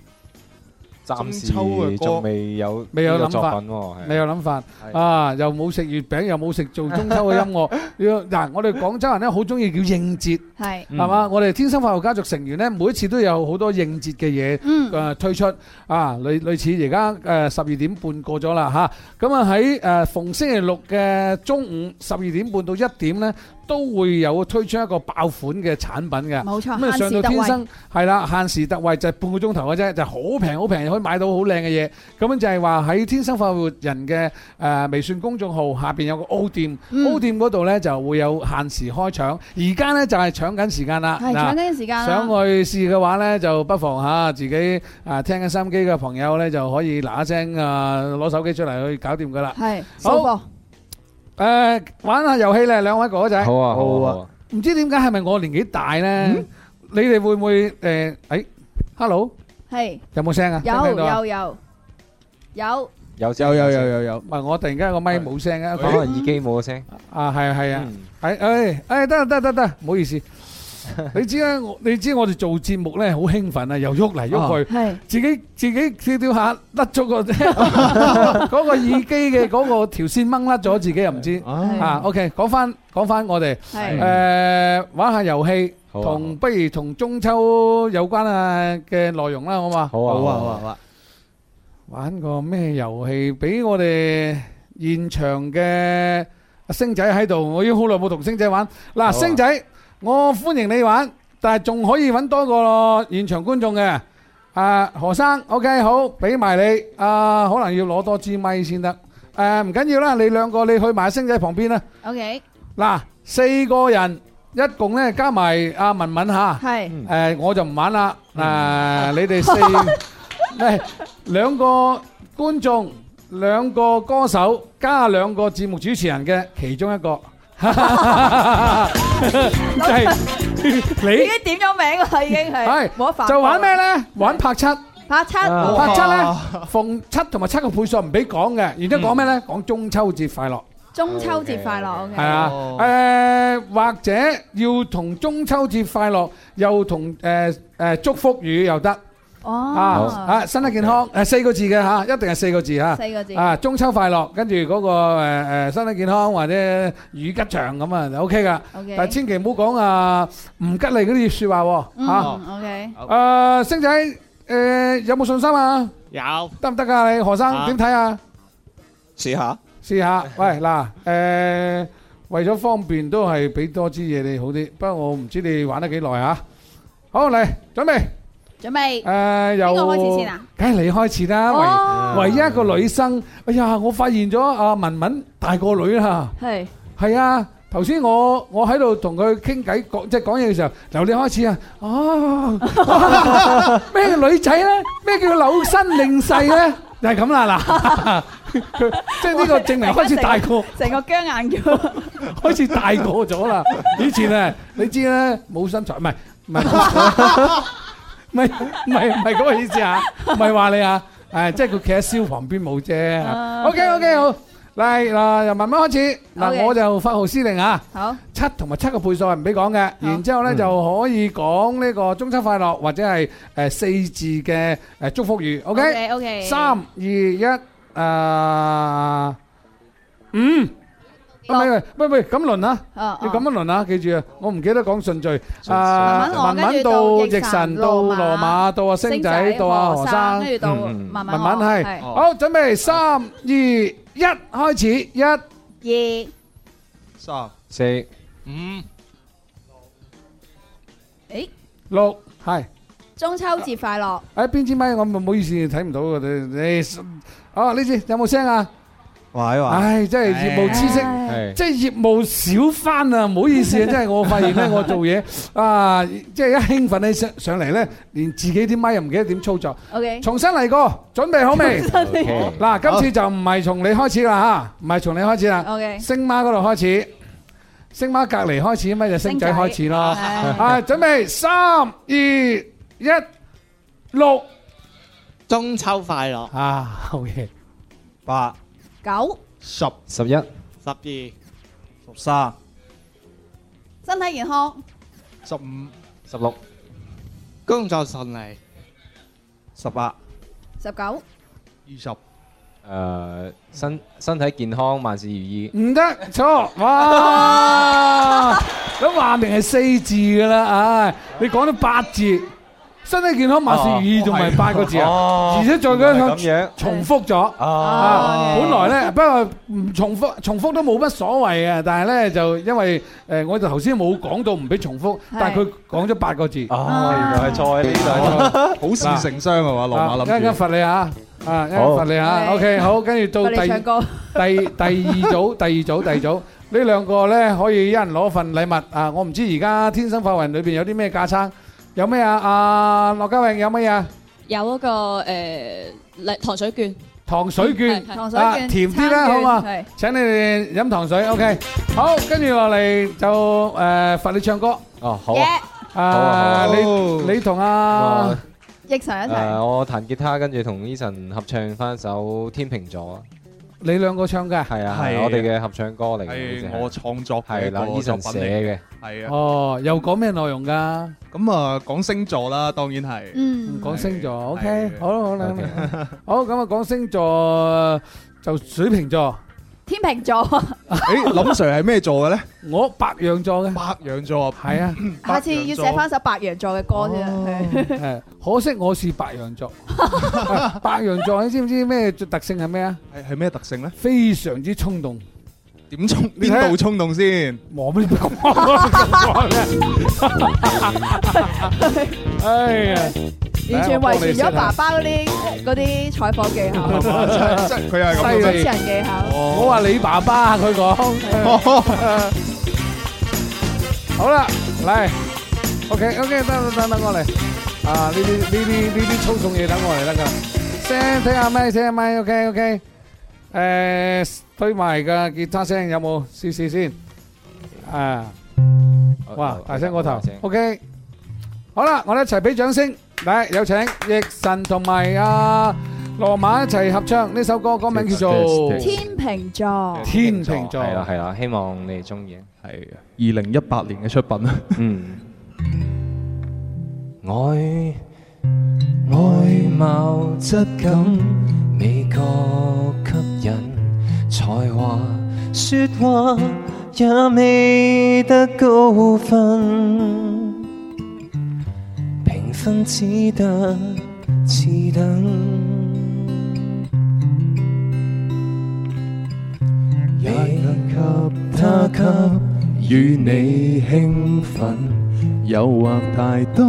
[SPEAKER 4] 暫時
[SPEAKER 5] 中秋嘅歌
[SPEAKER 4] 仲未有
[SPEAKER 2] 未有
[SPEAKER 4] 呢個
[SPEAKER 2] 諗
[SPEAKER 4] 作
[SPEAKER 2] 法
[SPEAKER 4] 品喎。
[SPEAKER 2] 你
[SPEAKER 4] 係
[SPEAKER 2] 有諗法
[SPEAKER 4] 係
[SPEAKER 2] 啊？又冇食月餅，又冇食做中秋 嘅音樂。要嗱，我哋廣州人咧好中意叫應節，
[SPEAKER 3] 係，
[SPEAKER 2] 係嘛？我哋天生快活家族成員咧，每一次都有好多應節嘅嘢。
[SPEAKER 3] 嗯，
[SPEAKER 2] 誒呃推出啊，類類似而家誒呃十二點半過咗啦吓，咁啊喺誒逢星期六嘅中午十二點半到一點咧，都會有推出一個爆款嘅產品嘅。
[SPEAKER 3] 冇錯，
[SPEAKER 2] 咁啊
[SPEAKER 3] 限
[SPEAKER 2] 上
[SPEAKER 3] 時
[SPEAKER 2] 到
[SPEAKER 3] 特
[SPEAKER 2] 天
[SPEAKER 3] 惠，
[SPEAKER 2] 生係啦，限時特惠就係半個鐘頭嘅啫，就好平好平可以買到好靚嘅嘢。咁啊樣就係話喺天生快活人嘅誒、呃微信公眾號下邊有個 O 店、
[SPEAKER 3] 嗯
[SPEAKER 2] o 店嗰度呢就會有限時開搶。而家呢就係、搶緊時間啦。
[SPEAKER 3] 係
[SPEAKER 2] 嗱
[SPEAKER 3] 搶緊時間
[SPEAKER 2] 想
[SPEAKER 3] 啦，
[SPEAKER 2] 去試嘅話呢，就不妨嚇自己啊聽緊心機嘅朋友呢，就可以嗱一聲啊攞手機出嚟去搞掂佢啦。
[SPEAKER 3] 係
[SPEAKER 2] 好
[SPEAKER 3] 數過，
[SPEAKER 2] 誒、玩下遊戲咧，兩位哥哥仔，
[SPEAKER 4] 好啊，好
[SPEAKER 5] 好
[SPEAKER 4] 啊
[SPEAKER 5] 啊
[SPEAKER 4] 好啊。
[SPEAKER 2] 唔知點解係咪我年紀大呢？你哋會唔會誒？誒、hello，
[SPEAKER 3] 係
[SPEAKER 2] 有冇聲啊？聽唔聽
[SPEAKER 3] 有
[SPEAKER 2] 到啊
[SPEAKER 3] 有有有，
[SPEAKER 4] 有聲
[SPEAKER 5] 有有有。有有
[SPEAKER 2] 唔係我突然間個咪冇聲嘅，
[SPEAKER 4] 可能耳機冇咗聲。
[SPEAKER 2] 啊係啊係啊，
[SPEAKER 4] 嗯
[SPEAKER 2] 係誒誒得啦得啦得啦，唔好意思，你知啦，我你知我哋做節目咧好興奮啊，又喐嚟喐去。
[SPEAKER 3] 係
[SPEAKER 2] 自己自己跳跳下甩咗 個嗰個耳機嘅嗰個條線掹甩咗，自己又唔知
[SPEAKER 5] 啊！
[SPEAKER 2] 啊。OK，講翻講翻我哋
[SPEAKER 3] 係
[SPEAKER 4] 嗯
[SPEAKER 2] 誒玩下遊戲，
[SPEAKER 4] 好啊
[SPEAKER 2] 同不如同中秋有關啊嘅內容啦，好嘛？
[SPEAKER 4] 好啊，好啊，
[SPEAKER 5] 好啊好
[SPEAKER 4] 好啊。
[SPEAKER 5] 啊好啊！
[SPEAKER 2] 玩個咩遊戲？俾我哋現場嘅阿星仔喺度，我已經好耐冇同星仔玩。嗱，
[SPEAKER 4] 啊
[SPEAKER 2] 星仔，我歡迎你玩，但係仲可以揾多個現場觀眾嘅。啊，何生，OK，好，俾埋你。啊，可能要攞多支咪先得。誒，唔緊要啦，你兩個你去埋星仔旁邊啦。
[SPEAKER 3] ，OK，
[SPEAKER 2] 嗱，四個人，一共呢加埋阿文文嚇。
[SPEAKER 3] 係
[SPEAKER 2] 誒，呃我就唔玩啦。誒，你哋四 誒兩個觀眾、兩個歌手加兩個節目主持人嘅其中一 個，就係
[SPEAKER 3] 已
[SPEAKER 2] 你
[SPEAKER 3] 經點咗名啦，已經係
[SPEAKER 2] 係，
[SPEAKER 3] 冇得反駁
[SPEAKER 2] 就玩咩？咧？玩拍七，
[SPEAKER 3] 拍七，
[SPEAKER 4] 啊
[SPEAKER 2] 拍七咧，逢七同埋七個配數唔俾講嘅，然之後講咩咧？講中秋節快樂。
[SPEAKER 3] 中秋節快樂，OK，
[SPEAKER 2] 嗯係啊，
[SPEAKER 1] 哦
[SPEAKER 2] 誒或者要同中秋節快樂，又同誒誒祝福語又得啊
[SPEAKER 3] 哦，
[SPEAKER 2] 啊，身體健康誒四個字嘅嚇，一定係四個字嚇
[SPEAKER 3] 四個字，
[SPEAKER 2] 啊，中秋快樂，跟住嗰個誒誒身體健康或者語吉祥咁啊就 OK 噶，
[SPEAKER 3] OK，
[SPEAKER 2] 但係千祈唔好講啊唔吉利嗰啲説話喎嚇。
[SPEAKER 3] 嗯，OK，Ừ,
[SPEAKER 2] 誒星仔誒有冇信心啊？
[SPEAKER 10] 有
[SPEAKER 2] 得唔得㗎？你何生點睇啊？
[SPEAKER 8] 試下
[SPEAKER 2] 試下，喂嗱，誒為咗方便都係俾多支嘢你好啲，不過我唔知你玩得幾耐嚇。好嚟，準備
[SPEAKER 3] 準備。
[SPEAKER 2] 誒由
[SPEAKER 3] 邊個開始先啊？
[SPEAKER 2] 梗係你開始啦，
[SPEAKER 3] 哦，
[SPEAKER 2] 唯唯一一個女生，哎呀，我發現咗阿文文大個女啦。
[SPEAKER 3] 係。
[SPEAKER 2] 係啊，頭先我我喺度同佢傾偈講，即係講嘢嘅時候，由你開始啊，哦，咩叫女仔咧？咩叫扭身另勢咧？就係咁啦，嗱， 佢即係呢個證明開始大個，
[SPEAKER 3] 成個僵硬咗，
[SPEAKER 2] 開始大個咗 啦。以前啊，你知咧冇身材，唔係唔係唔係唔係唔係嗰個 意思啊，唔係話你啊，誒，即係佢企喺燒旁邊冇啫。
[SPEAKER 3] 啊
[SPEAKER 2] OK OK 好，嚟嗱，由慢慢開始，嗱
[SPEAKER 3] OK
[SPEAKER 2] 我就發號施令啊。
[SPEAKER 3] 好
[SPEAKER 2] 七同埋七個倍數係唔俾講嘅，然之後咧就可以講呢個中秋快樂或者係誒四字嘅誒祝福語，OK？
[SPEAKER 3] OK，
[SPEAKER 2] 三二一誒 à, 五，唔係喂喂咁輪啊！
[SPEAKER 3] 哦，
[SPEAKER 2] 你咁樣輪啊，記住啊！我唔記得講順序，啊
[SPEAKER 3] 文文我
[SPEAKER 2] 文文
[SPEAKER 3] 跟住
[SPEAKER 2] 到
[SPEAKER 3] 到
[SPEAKER 2] 奕
[SPEAKER 3] 奕
[SPEAKER 2] 晨，
[SPEAKER 3] 晨
[SPEAKER 2] 到
[SPEAKER 3] 羅馬
[SPEAKER 2] 羅馬，到阿星仔，到阿何生，
[SPEAKER 3] 跟住到
[SPEAKER 4] 嗯
[SPEAKER 3] 慢
[SPEAKER 2] 文
[SPEAKER 3] 慢
[SPEAKER 2] 文係
[SPEAKER 3] 學
[SPEAKER 2] 好準備三二一開始一
[SPEAKER 3] 係
[SPEAKER 5] 三
[SPEAKER 4] 四
[SPEAKER 5] 五
[SPEAKER 3] 二，誒，
[SPEAKER 2] 六係。
[SPEAKER 3] 中秋節快樂，
[SPEAKER 2] 喺邊支咪？我唔好意思睇唔到嘅，你你啊呢支有冇聲啊？
[SPEAKER 8] 喂喂，
[SPEAKER 2] 唉，真係業務
[SPEAKER 3] À.
[SPEAKER 2] 知識，
[SPEAKER 4] 係
[SPEAKER 3] 唉
[SPEAKER 2] 即係業務少翻啊！唔好意思啊，真係我發現咧，我做嘢啊，即係一興奮起上上嚟咧，連自己啲咪又唔記得點操作，
[SPEAKER 3] ，OK，
[SPEAKER 2] 重新嚟過，準備 好未？
[SPEAKER 4] ，OK，
[SPEAKER 2] 嗱，今次就唔係從你開始啦嚇，唔係從你開始啦，
[SPEAKER 3] OK，
[SPEAKER 2] 星媽嗰度開始，星媽隔離開始，咪就星仔開始咯。
[SPEAKER 3] 係
[SPEAKER 2] 啊，準備三二一六
[SPEAKER 1] 中秋快樂，
[SPEAKER 2] 啊，好嘢！
[SPEAKER 8] 八、
[SPEAKER 3] 九，
[SPEAKER 8] 十、
[SPEAKER 4] 十一，
[SPEAKER 1] 十二、
[SPEAKER 8] 十三、
[SPEAKER 3] 身體健康，
[SPEAKER 8] 十五、
[SPEAKER 4] 十六，
[SPEAKER 1] 工作順利，
[SPEAKER 8] 十八、
[SPEAKER 3] 十九，
[SPEAKER 8] 二十。
[SPEAKER 4] 誒身身體健康，萬事如意，
[SPEAKER 2] 唔得錯，哇！咁話明係四字噶啦，唉，你講到八字，身體健康萬事如意，仲唔係八個字啊？
[SPEAKER 4] 哦
[SPEAKER 2] 而且再
[SPEAKER 4] 原來
[SPEAKER 2] 加
[SPEAKER 4] 係咁樣，
[SPEAKER 2] 重複咗。啊，本來咧，不過唔重複，重複都冇乜所謂嘅。但係咧，就因為誒、呃我就頭先冇講到唔俾重複，但係佢講咗八個字。
[SPEAKER 4] 哦，原來係錯喺呢度。
[SPEAKER 5] 好事成雙係嘛？羅馬
[SPEAKER 2] 啊一陣間
[SPEAKER 5] 諗住
[SPEAKER 2] 罰你啊！啊，一陣間
[SPEAKER 4] 好
[SPEAKER 2] 罰你啊
[SPEAKER 3] 係
[SPEAKER 2] ！OK，好，跟住到
[SPEAKER 3] 我
[SPEAKER 2] 第
[SPEAKER 3] 哋唱歌，
[SPEAKER 2] 第第二組，第二組，第二組，呢兩個咧可以一人攞份禮物啊！我唔知而家天生快活人裏邊有啲咩架撐，有咩啊？阿樂嘉穎有乜嘢啊？
[SPEAKER 10] 有一個誒禮糖水券，
[SPEAKER 2] 糖水券，
[SPEAKER 10] 係
[SPEAKER 3] 糖水
[SPEAKER 2] 啊
[SPEAKER 3] 券，
[SPEAKER 2] 甜啲
[SPEAKER 3] 餐
[SPEAKER 2] 啦，好
[SPEAKER 3] 券
[SPEAKER 2] 嘛？
[SPEAKER 3] 係
[SPEAKER 2] 請你哋飲糖水，OK。好，跟住落嚟就誒罰你唱歌。
[SPEAKER 4] 哦，好啊。
[SPEAKER 3] Yeah，
[SPEAKER 2] 啊，
[SPEAKER 4] 好啊
[SPEAKER 2] 你你同阿
[SPEAKER 3] 奕晨一齊，
[SPEAKER 4] 誒，我彈吉他，跟住同 Eason 合唱翻首《天秤座
[SPEAKER 2] 你兩個唱㗎》，。
[SPEAKER 4] 係啊，
[SPEAKER 5] 係
[SPEAKER 4] 係
[SPEAKER 5] 啊
[SPEAKER 4] 我哋嘅合唱歌嚟嘅，
[SPEAKER 5] 係我創作
[SPEAKER 4] 係
[SPEAKER 5] 嘅
[SPEAKER 4] 啦
[SPEAKER 5] 一個作
[SPEAKER 4] ，Eason
[SPEAKER 5] 品嚟嘅，
[SPEAKER 4] 寫嘅。
[SPEAKER 5] 係啊。
[SPEAKER 2] 哦，又講咩內容㗎？
[SPEAKER 5] 咁啊，講星座啦，當然係。
[SPEAKER 2] 唔
[SPEAKER 3] 嗯，
[SPEAKER 2] 講星座
[SPEAKER 5] 係
[SPEAKER 2] ，OK，
[SPEAKER 5] 係
[SPEAKER 2] 好啦好啦
[SPEAKER 4] OK，
[SPEAKER 2] 好咁啊，講星座就水瓶座，
[SPEAKER 3] 天秤座，
[SPEAKER 5] 誒，林 Sir 係咩座嘅咧？
[SPEAKER 2] 我白羊座嘅，
[SPEAKER 5] 白羊座啊，
[SPEAKER 2] 係啊，
[SPEAKER 3] 下次要寫翻首白羊座嘅歌先啊，係
[SPEAKER 2] 誒，可惜我是白羊座，白羊座你知唔知咩特性係咩啊？
[SPEAKER 5] 係係咩特性咧？
[SPEAKER 2] 非常之衝動，
[SPEAKER 5] 點衝
[SPEAKER 2] 你睇下
[SPEAKER 5] 邊度衝動先？
[SPEAKER 2] 冇咩咁講嘅，哎呀，
[SPEAKER 3] 完全遺傳咗爸爸嗰啲嗰啲採訪 技巧，
[SPEAKER 5] 真真佢係
[SPEAKER 2] 犀
[SPEAKER 5] 咁樣。
[SPEAKER 3] 主
[SPEAKER 2] 利
[SPEAKER 3] 持人技巧。
[SPEAKER 2] 我話你爸爸佢講，好啦，嚟，OK OK，等等等等我嚟，啊呢啲呢啲呢啲粗重嘢等我嚟得噶，聲睇下咪，睇下咪，OK OK，誒推埋個吉他聲有冇試試先，啊哇大聲過頭，OK，好啦，我哋一齊俾掌聲，嚟有請奕晨同埋阿羅馬一齊合唱呢首歌，歌名叫做《
[SPEAKER 3] 天秤座，
[SPEAKER 2] 天秤座》
[SPEAKER 4] 係。啦係啦，希望你哋中意啊。
[SPEAKER 5] 係啊，二零一八年嘅出品啊。
[SPEAKER 4] 嗯，外外貌質感美覺吸引，才華説話也未得高分，評分只得次等。
[SPEAKER 11] 給他給與你興奮，誘惑太多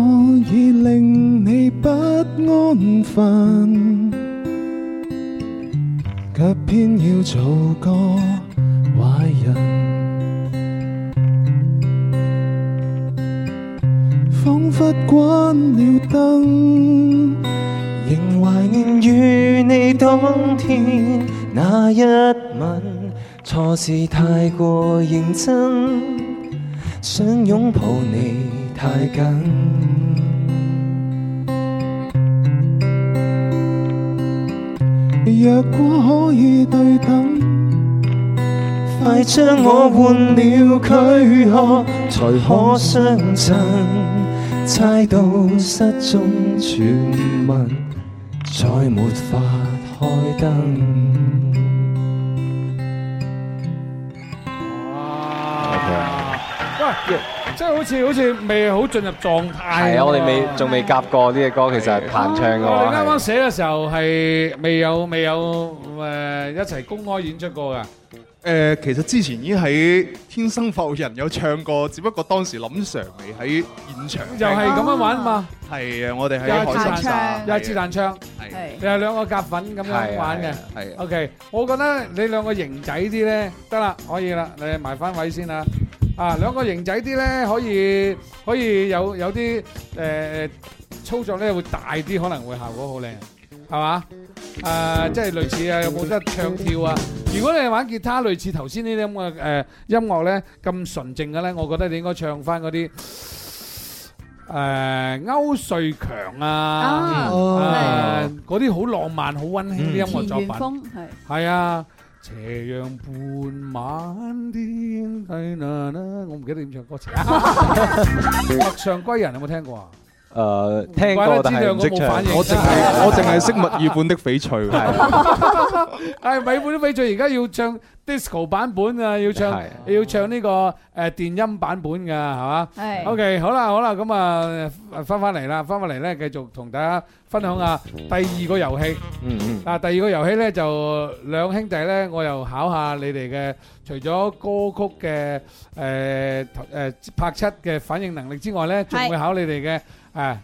[SPEAKER 11] 已令你不安分，卻偏要做個壞人。彷彿關了燈，仍懷念與你當天那一吻，錯是太過認真，想擁抱你太緊。若果可以對等，快將我換了軀殼，才可相襯。猜到失蹤傳聞，再沒法開燈。
[SPEAKER 2] 喂，即係好似好似未好進入狀態。
[SPEAKER 4] 係啊，我哋未仲未夾過呢只歌，其實彈唱嘅
[SPEAKER 2] 我哋啊哦啱
[SPEAKER 4] 話
[SPEAKER 2] 啱寫嘅時候係未有未有誒一齊公開演出過㗎。
[SPEAKER 5] 誒，其實之前已經喺《天生浮人》有唱過，只不過當時林 Sir 未喺現場。
[SPEAKER 2] 又係咁樣玩嘛，
[SPEAKER 5] 係啊，我哋喺
[SPEAKER 2] 又係
[SPEAKER 5] 海心
[SPEAKER 4] 啊
[SPEAKER 5] 沙，
[SPEAKER 2] 又係自彈唱，
[SPEAKER 3] 係
[SPEAKER 2] 又係兩個夾粉咁樣玩嘅。
[SPEAKER 5] 係啊，
[SPEAKER 2] OK，我覺得你兩個型仔啲咧，得啦，可以啦，你埋翻位先啦。啊，兩個型仔啲咧，可以可以有有啲誒、呃操作咧會大啲，可能會效果好靚，係嘛？誒、即係類似啊，有冇得唱跳啊？如果你玩吉他，類似頭先呢啲咁嘅誒音樂咧，咁純正嘅咧，我覺得你應該唱翻嗰啲。誒歐瑞強啊，
[SPEAKER 1] 哦
[SPEAKER 11] 啊
[SPEAKER 2] 誒嗰啲好浪漫、好温馨啲音
[SPEAKER 3] 嗯
[SPEAKER 2] 樂作品。
[SPEAKER 3] 田園風，係。
[SPEAKER 2] 係啊，斜陽伴晚天，係啦啦，我唔記得點唱歌詞。陌上歸人有冇聽過啊？
[SPEAKER 4] 誒聽過，但係唔識
[SPEAKER 2] 怪
[SPEAKER 4] 唱
[SPEAKER 2] 得知兩個冇反。應
[SPEAKER 11] 我淨係我淨係識墨爾本的翡翠，係
[SPEAKER 2] 係美本啲翡翠而家要唱 disco à, 版本啊，要唱
[SPEAKER 4] 係
[SPEAKER 2] 要唱呢個誒電音版本㗎，係嘛？
[SPEAKER 3] 係。
[SPEAKER 2] OK，好啦，好啦，咁啊，翻翻嚟啦，翻翻嚟咧，繼續同大家分享下第二個遊戲。
[SPEAKER 4] 嗯嗯，
[SPEAKER 2] 嗱，第二個遊戲咧就兩兄弟咧，我又考下你哋嘅，除咗歌曲嘅誒誒拍七嘅反應能力之外咧，仲會考你哋嘅誒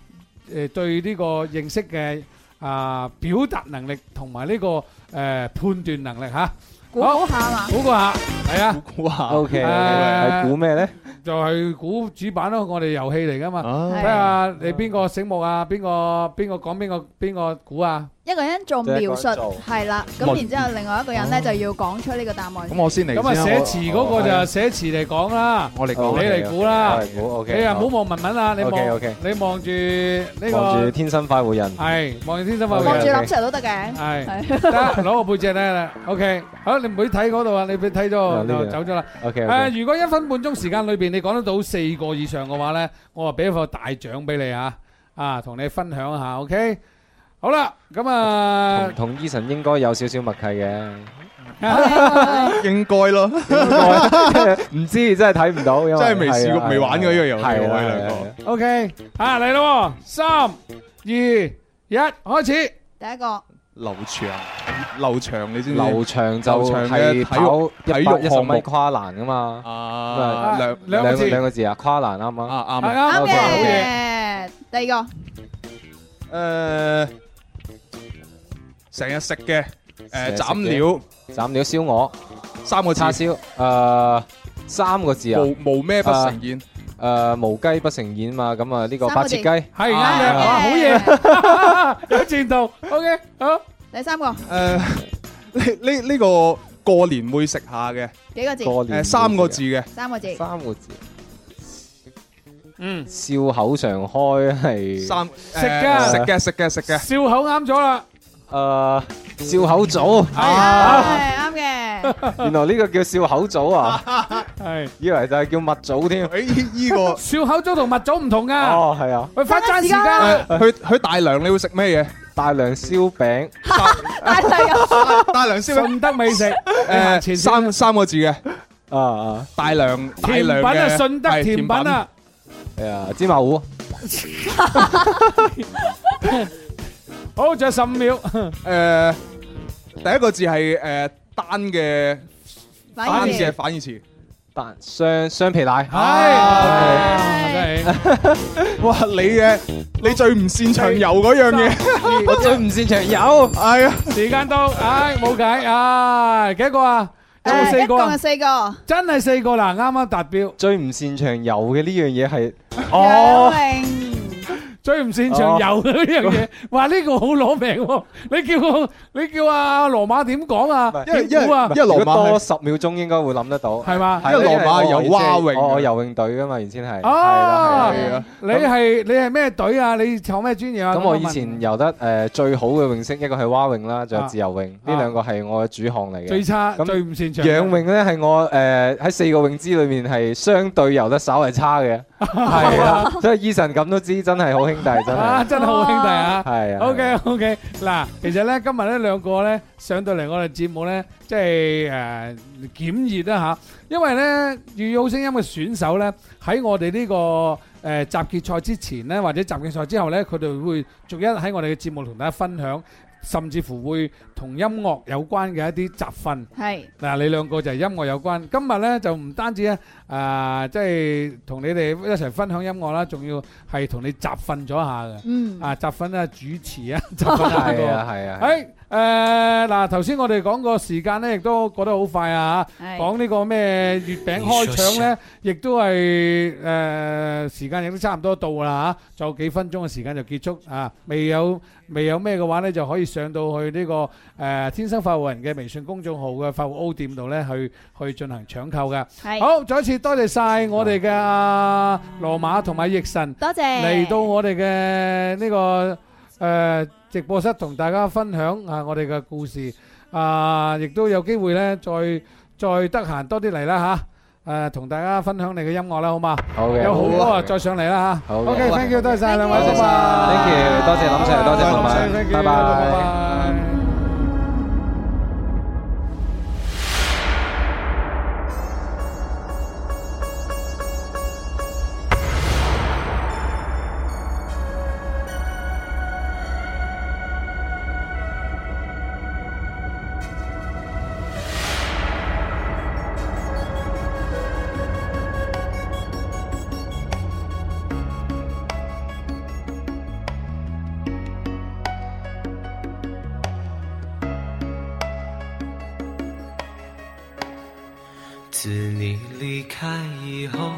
[SPEAKER 2] 誒對呢個認識嘅啊表達能力同埋呢個誒判斷能力嚇。好，
[SPEAKER 3] 估下嘛。
[SPEAKER 2] 估過下，係啊，
[SPEAKER 5] 哇！
[SPEAKER 4] OK，係估咩咧？
[SPEAKER 2] 就係估主板咯，我哋遊戲嚟噶嘛。
[SPEAKER 11] 啊
[SPEAKER 2] 睇下你邊個醒目啊，邊個邊個講邊個邊個估啊？
[SPEAKER 3] 一個人做描述，
[SPEAKER 4] 即係一個人做。
[SPEAKER 3] 係啦，咁
[SPEAKER 11] 文。
[SPEAKER 3] 然之後另外一個人呢，就要講出呢個答案。
[SPEAKER 11] 咁我先嚟先
[SPEAKER 2] 咁
[SPEAKER 11] 啦。
[SPEAKER 2] 啊，寫
[SPEAKER 11] 我
[SPEAKER 2] 詞嗰個就寫詞嚟講啦。
[SPEAKER 11] 我嚟
[SPEAKER 4] 好
[SPEAKER 11] 講
[SPEAKER 2] 你
[SPEAKER 11] 啦，
[SPEAKER 2] 嚟估啦
[SPEAKER 4] 我，嚟估 OK。
[SPEAKER 2] 你又唔好望文文啦，你望
[SPEAKER 4] OK，OK
[SPEAKER 2] 你望住呢
[SPEAKER 4] 望住
[SPEAKER 2] 個
[SPEAKER 4] 天生快活人，
[SPEAKER 2] 係望住天生發
[SPEAKER 3] 望住
[SPEAKER 2] 圍
[SPEAKER 4] 啦，
[SPEAKER 3] 林 Sir 都得嘅。
[SPEAKER 2] 係
[SPEAKER 3] 係。
[SPEAKER 2] 得攞個背脊咧，OK，好，你唔好睇嗰度啊，你俾睇咗
[SPEAKER 4] 啊呢度
[SPEAKER 2] 就走咗啦。
[SPEAKER 4] OK
[SPEAKER 2] 誒，如果一分半鐘時間裏邊你講得到四個以上嘅話咧，我話俾一個大獎俾你啊，啊，同你分享下，OK。好啦，咁啊
[SPEAKER 4] 同，同 Eason 應該有少少默契 嘅，
[SPEAKER 5] 應該咯，
[SPEAKER 4] 唔知真係睇唔到，真
[SPEAKER 5] 真係未試過未玩過呢個遊戲
[SPEAKER 4] 啊係
[SPEAKER 5] 我
[SPEAKER 4] 啊
[SPEAKER 5] 哋兩個嗯
[SPEAKER 4] 係啊
[SPEAKER 2] OK，啊嚟咯，三二一，開始。
[SPEAKER 3] 第一個，
[SPEAKER 5] 劉翔，劉翔你知唔知？
[SPEAKER 4] 劉翔就
[SPEAKER 5] 劉翔嘅
[SPEAKER 4] 係
[SPEAKER 5] 體育
[SPEAKER 4] 跑一
[SPEAKER 5] 體育
[SPEAKER 4] 百一十
[SPEAKER 5] 項目
[SPEAKER 4] 米跨欄噶嘛，
[SPEAKER 5] 啊，
[SPEAKER 2] 兩
[SPEAKER 5] 兩
[SPEAKER 2] 兩個字
[SPEAKER 4] 兩個字啊，跨欄啱唔啱？
[SPEAKER 5] 啊啱啊。
[SPEAKER 2] 啱
[SPEAKER 3] 啱嘅。
[SPEAKER 2] 好嘢。
[SPEAKER 3] 第二個，
[SPEAKER 5] 誒，成日食嘅
[SPEAKER 4] 成日
[SPEAKER 5] 誒
[SPEAKER 4] 食
[SPEAKER 5] 斬料
[SPEAKER 4] 斬料燒鵝、
[SPEAKER 5] 三個字
[SPEAKER 4] 叉，燒，誒三個字啊，
[SPEAKER 5] 無無咩 不成宴，
[SPEAKER 4] 誒無雞不成宴嘛，咁啊呢個
[SPEAKER 3] 三個
[SPEAKER 4] 白
[SPEAKER 3] 字
[SPEAKER 4] 切雞。
[SPEAKER 2] 係啱嘅，
[SPEAKER 5] 啊
[SPEAKER 2] 哇，好嘢，有戰鬥。OK，好，
[SPEAKER 3] 第三個，幾個
[SPEAKER 5] 誒
[SPEAKER 3] 字？
[SPEAKER 5] 呢呢呢個過年會食下嘅
[SPEAKER 4] 過年
[SPEAKER 5] 誒三個字嘅
[SPEAKER 3] 三個字。
[SPEAKER 4] 三個字，
[SPEAKER 2] 嗯，
[SPEAKER 4] 笑口常開係
[SPEAKER 5] 三
[SPEAKER 2] 食㗎
[SPEAKER 5] 食嘅食嘅食嘅
[SPEAKER 2] 笑口啱咗啦，
[SPEAKER 4] 呃誒笑口棗，
[SPEAKER 5] 啊
[SPEAKER 3] 係，啱 嘅。
[SPEAKER 4] 原來呢個叫笑口棗 啊，
[SPEAKER 2] 係
[SPEAKER 4] 以為就係叫蜜棗添。
[SPEAKER 5] 誒依依個
[SPEAKER 2] 笑口組同蜜組唔同噶，
[SPEAKER 4] 哦，係啊，
[SPEAKER 2] 喂，快爭時間啦，
[SPEAKER 5] 誒去去大良你會食咩嘢？
[SPEAKER 4] 大良燒餅，
[SPEAKER 5] 大良燒
[SPEAKER 2] 順德美食，誒，前
[SPEAKER 5] 誒呃三三個字嘅
[SPEAKER 4] 啊啊，
[SPEAKER 5] 大良大
[SPEAKER 2] 甜品
[SPEAKER 5] 良
[SPEAKER 2] 啊，
[SPEAKER 5] 嘅
[SPEAKER 2] 順德
[SPEAKER 5] 係
[SPEAKER 2] 甜品啊，
[SPEAKER 4] 係啊，芝麻糊，
[SPEAKER 2] 好，仲有
[SPEAKER 5] 呃
[SPEAKER 2] 十五秒，
[SPEAKER 5] 誒第一個字係誒單嘅
[SPEAKER 3] 反
[SPEAKER 5] 反義
[SPEAKER 3] 義詞
[SPEAKER 5] 詞係反義詞。
[SPEAKER 4] 但雙雙皮奶，啊
[SPEAKER 2] 係，
[SPEAKER 5] 哇！你嘅你最唔擅長游嗰樣嘢，
[SPEAKER 4] 我最唔擅長游。
[SPEAKER 5] 係啊，
[SPEAKER 2] 時間到，唉，冇計，唉，幾多個啊？有
[SPEAKER 3] À,
[SPEAKER 2] 冇四個啊？
[SPEAKER 3] 一共係四個。
[SPEAKER 2] 真係四個啦，啱啱達標。
[SPEAKER 4] 最唔擅長游嘅呢樣嘢係
[SPEAKER 3] 楊啊
[SPEAKER 4] 哦，
[SPEAKER 3] 穎。
[SPEAKER 2] 最唔擅長游呢樣嘢，哇！呢個好攞命喎！你叫我，你叫阿羅馬點講啊？
[SPEAKER 5] 因為因
[SPEAKER 2] 點
[SPEAKER 5] 為
[SPEAKER 2] 估啊
[SPEAKER 5] 因？為羅
[SPEAKER 4] 如果
[SPEAKER 5] 馬
[SPEAKER 4] 多
[SPEAKER 5] 係
[SPEAKER 4] 十秒鐘應該會諗得到，
[SPEAKER 2] 係啊嘛
[SPEAKER 4] 係啊
[SPEAKER 5] 因為羅馬
[SPEAKER 4] 我
[SPEAKER 5] 有
[SPEAKER 4] 以前
[SPEAKER 5] 蛙泳
[SPEAKER 4] 我我游泳隊噶嘛，原先係。
[SPEAKER 2] 哦
[SPEAKER 4] 係啦係啦
[SPEAKER 2] 你係你係咩隊啊？你考咩專業啊？
[SPEAKER 4] 咁我以
[SPEAKER 2] 問
[SPEAKER 4] 前游得誒最好嘅泳式，一個係蛙泳啦，仲有自由泳，呢
[SPEAKER 2] 啊
[SPEAKER 4] 兩個係我嘅主項嚟嘅。
[SPEAKER 2] 最差、
[SPEAKER 4] 咁
[SPEAKER 2] 最唔擅長嘅
[SPEAKER 4] 仰泳咧係我誒喺四個泳姿裏面係相對游得稍為差嘅，係啦，所以 Eason 咁都知，真係好兄弟，真
[SPEAKER 2] 啊，
[SPEAKER 4] 係
[SPEAKER 2] 真係好兄弟啊！
[SPEAKER 4] 係啊。
[SPEAKER 2] OK OK，嗱，其實咧今日呢兩個咧上到嚟我哋節目咧，即呃係誒檢驗啦吓，因為咧《粵語好聲音》嘅選手咧喺我哋呢、個誒、呃集結賽之前咧，或者集結賽之後咧，佢哋會逐一喺我哋嘅節目同大家分享，甚至乎會同音樂有關嘅一啲集訓。
[SPEAKER 3] 係，
[SPEAKER 2] 嗱，你兩個就係音樂有關。今日咧就唔單止咧，啊、即係同你哋一齊分享音樂啦，仲要係同你集訓咗下嘅。
[SPEAKER 3] 嗯，
[SPEAKER 2] 啊，集訓啊，主持啊，集訓啊，
[SPEAKER 4] 係啊，係啊，
[SPEAKER 2] 係誒嗱，頭先我哋講個時間咧，亦都過得好快啊！
[SPEAKER 3] 係
[SPEAKER 2] 講呢個咩月餅開搶咧，亦都係誒時間亦都差唔多到啦嚇，仲有幾分鐘嘅時間就結束啊！未有未有咩嘅話咧，就可以上到去呢個誒天生快活人嘅微信公眾號嘅快活 O 店度咧，去去進行搶購嘅。
[SPEAKER 3] 係。
[SPEAKER 2] 好，再一次多謝晒我哋嘅啊羅馬同埋奕神。
[SPEAKER 3] 多謝。
[SPEAKER 2] 嚟到我哋嘅呢個誒、呃直播室，同大家分享啊我哋嘅故事啊，亦都有機會呢，再再得閒多啲嚟啦吓，誒、同大家分享你嘅音樂啦，好嘛？
[SPEAKER 4] 好嘅，
[SPEAKER 2] 有好
[SPEAKER 4] 嘅
[SPEAKER 2] 多啊，再上嚟啦吓。
[SPEAKER 4] 好嘅
[SPEAKER 2] OK，thank you，多謝晒兩位，
[SPEAKER 4] 多謝晒，thank you，多謝林 Sir，多謝文文
[SPEAKER 2] 文，
[SPEAKER 4] 拜
[SPEAKER 2] 拜
[SPEAKER 4] 拜。
[SPEAKER 2] 拜。
[SPEAKER 12] 自你离开以后，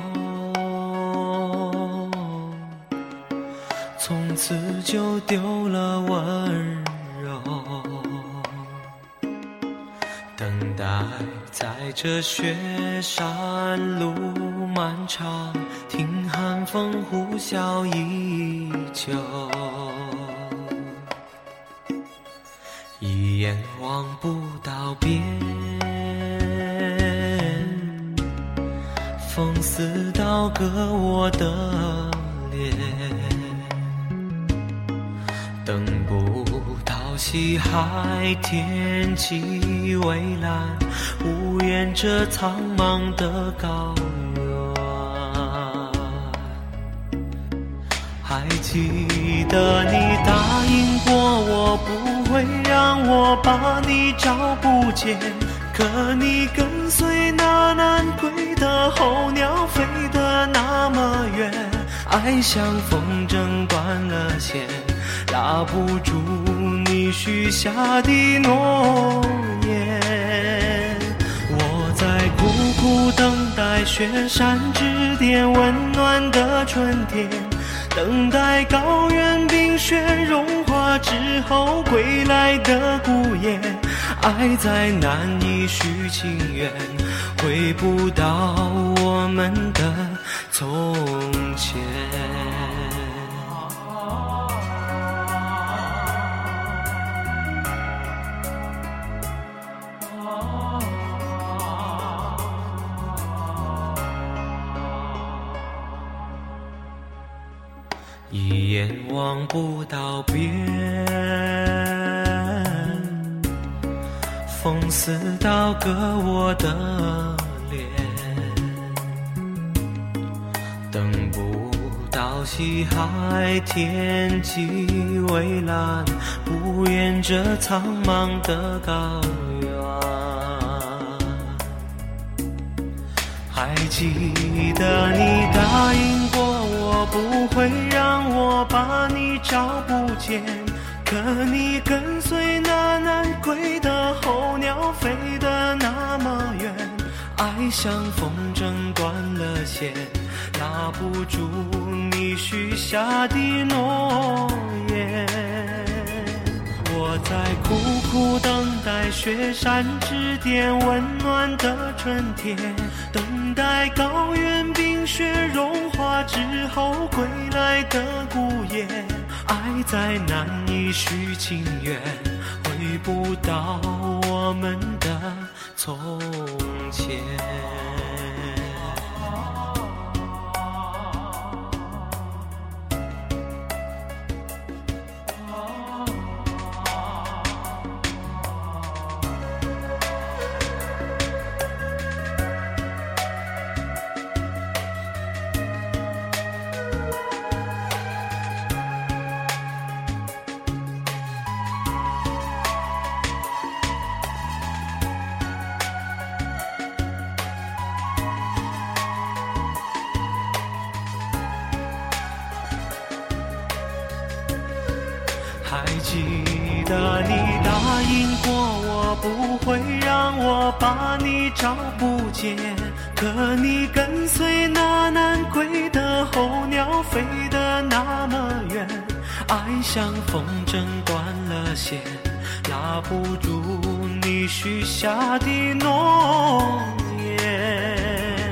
[SPEAKER 12] 从此就丢了温柔。等待在这雪山路漫长，听寒风呼啸依旧。一眼望不到边，风似刀割我的脸，等不到西海天际蔚蓝，无言这苍茫的高原。还记得你答应过我，不会让我把你找不见。可你跟随那南归的候鸟，飞得那么远，爱像风筝断了线，拉不住你许下的诺言。我在苦苦等待雪山之巅温暖的春天，等待高原冰雪融化之后归来的孤雁。爱再难以续情缘，回不到我们的从前。一眼望不到边，风似刀割我的脸，等不到西海天际蔚蓝，无言这苍茫的高原。记得你答应过我，不会让我把你找不见。可你跟随那南归的候鸟，飞得那么远，爱像风筝断了线，拿不住你许下的诺言。我在苦苦等待雪山之巅温暖的春天，等待高原冰雪融化之后归来的孤雁。爱再难以续情缘，回不到我们的从前。还记得你答应过我，不会让我把你找不见。可你跟随那南归的候鸟，飞得那么远，爱像风筝断了线，拉不住你许下的诺言。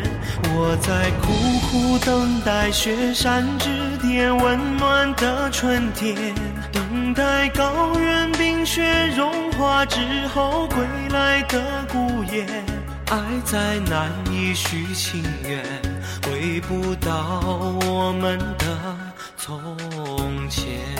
[SPEAKER 12] 我在苦苦等待雪山之巅温暖的春天，等待高原冰雪融化之后归来的孤雁。爱再难以续情缘，回不到我们的从前。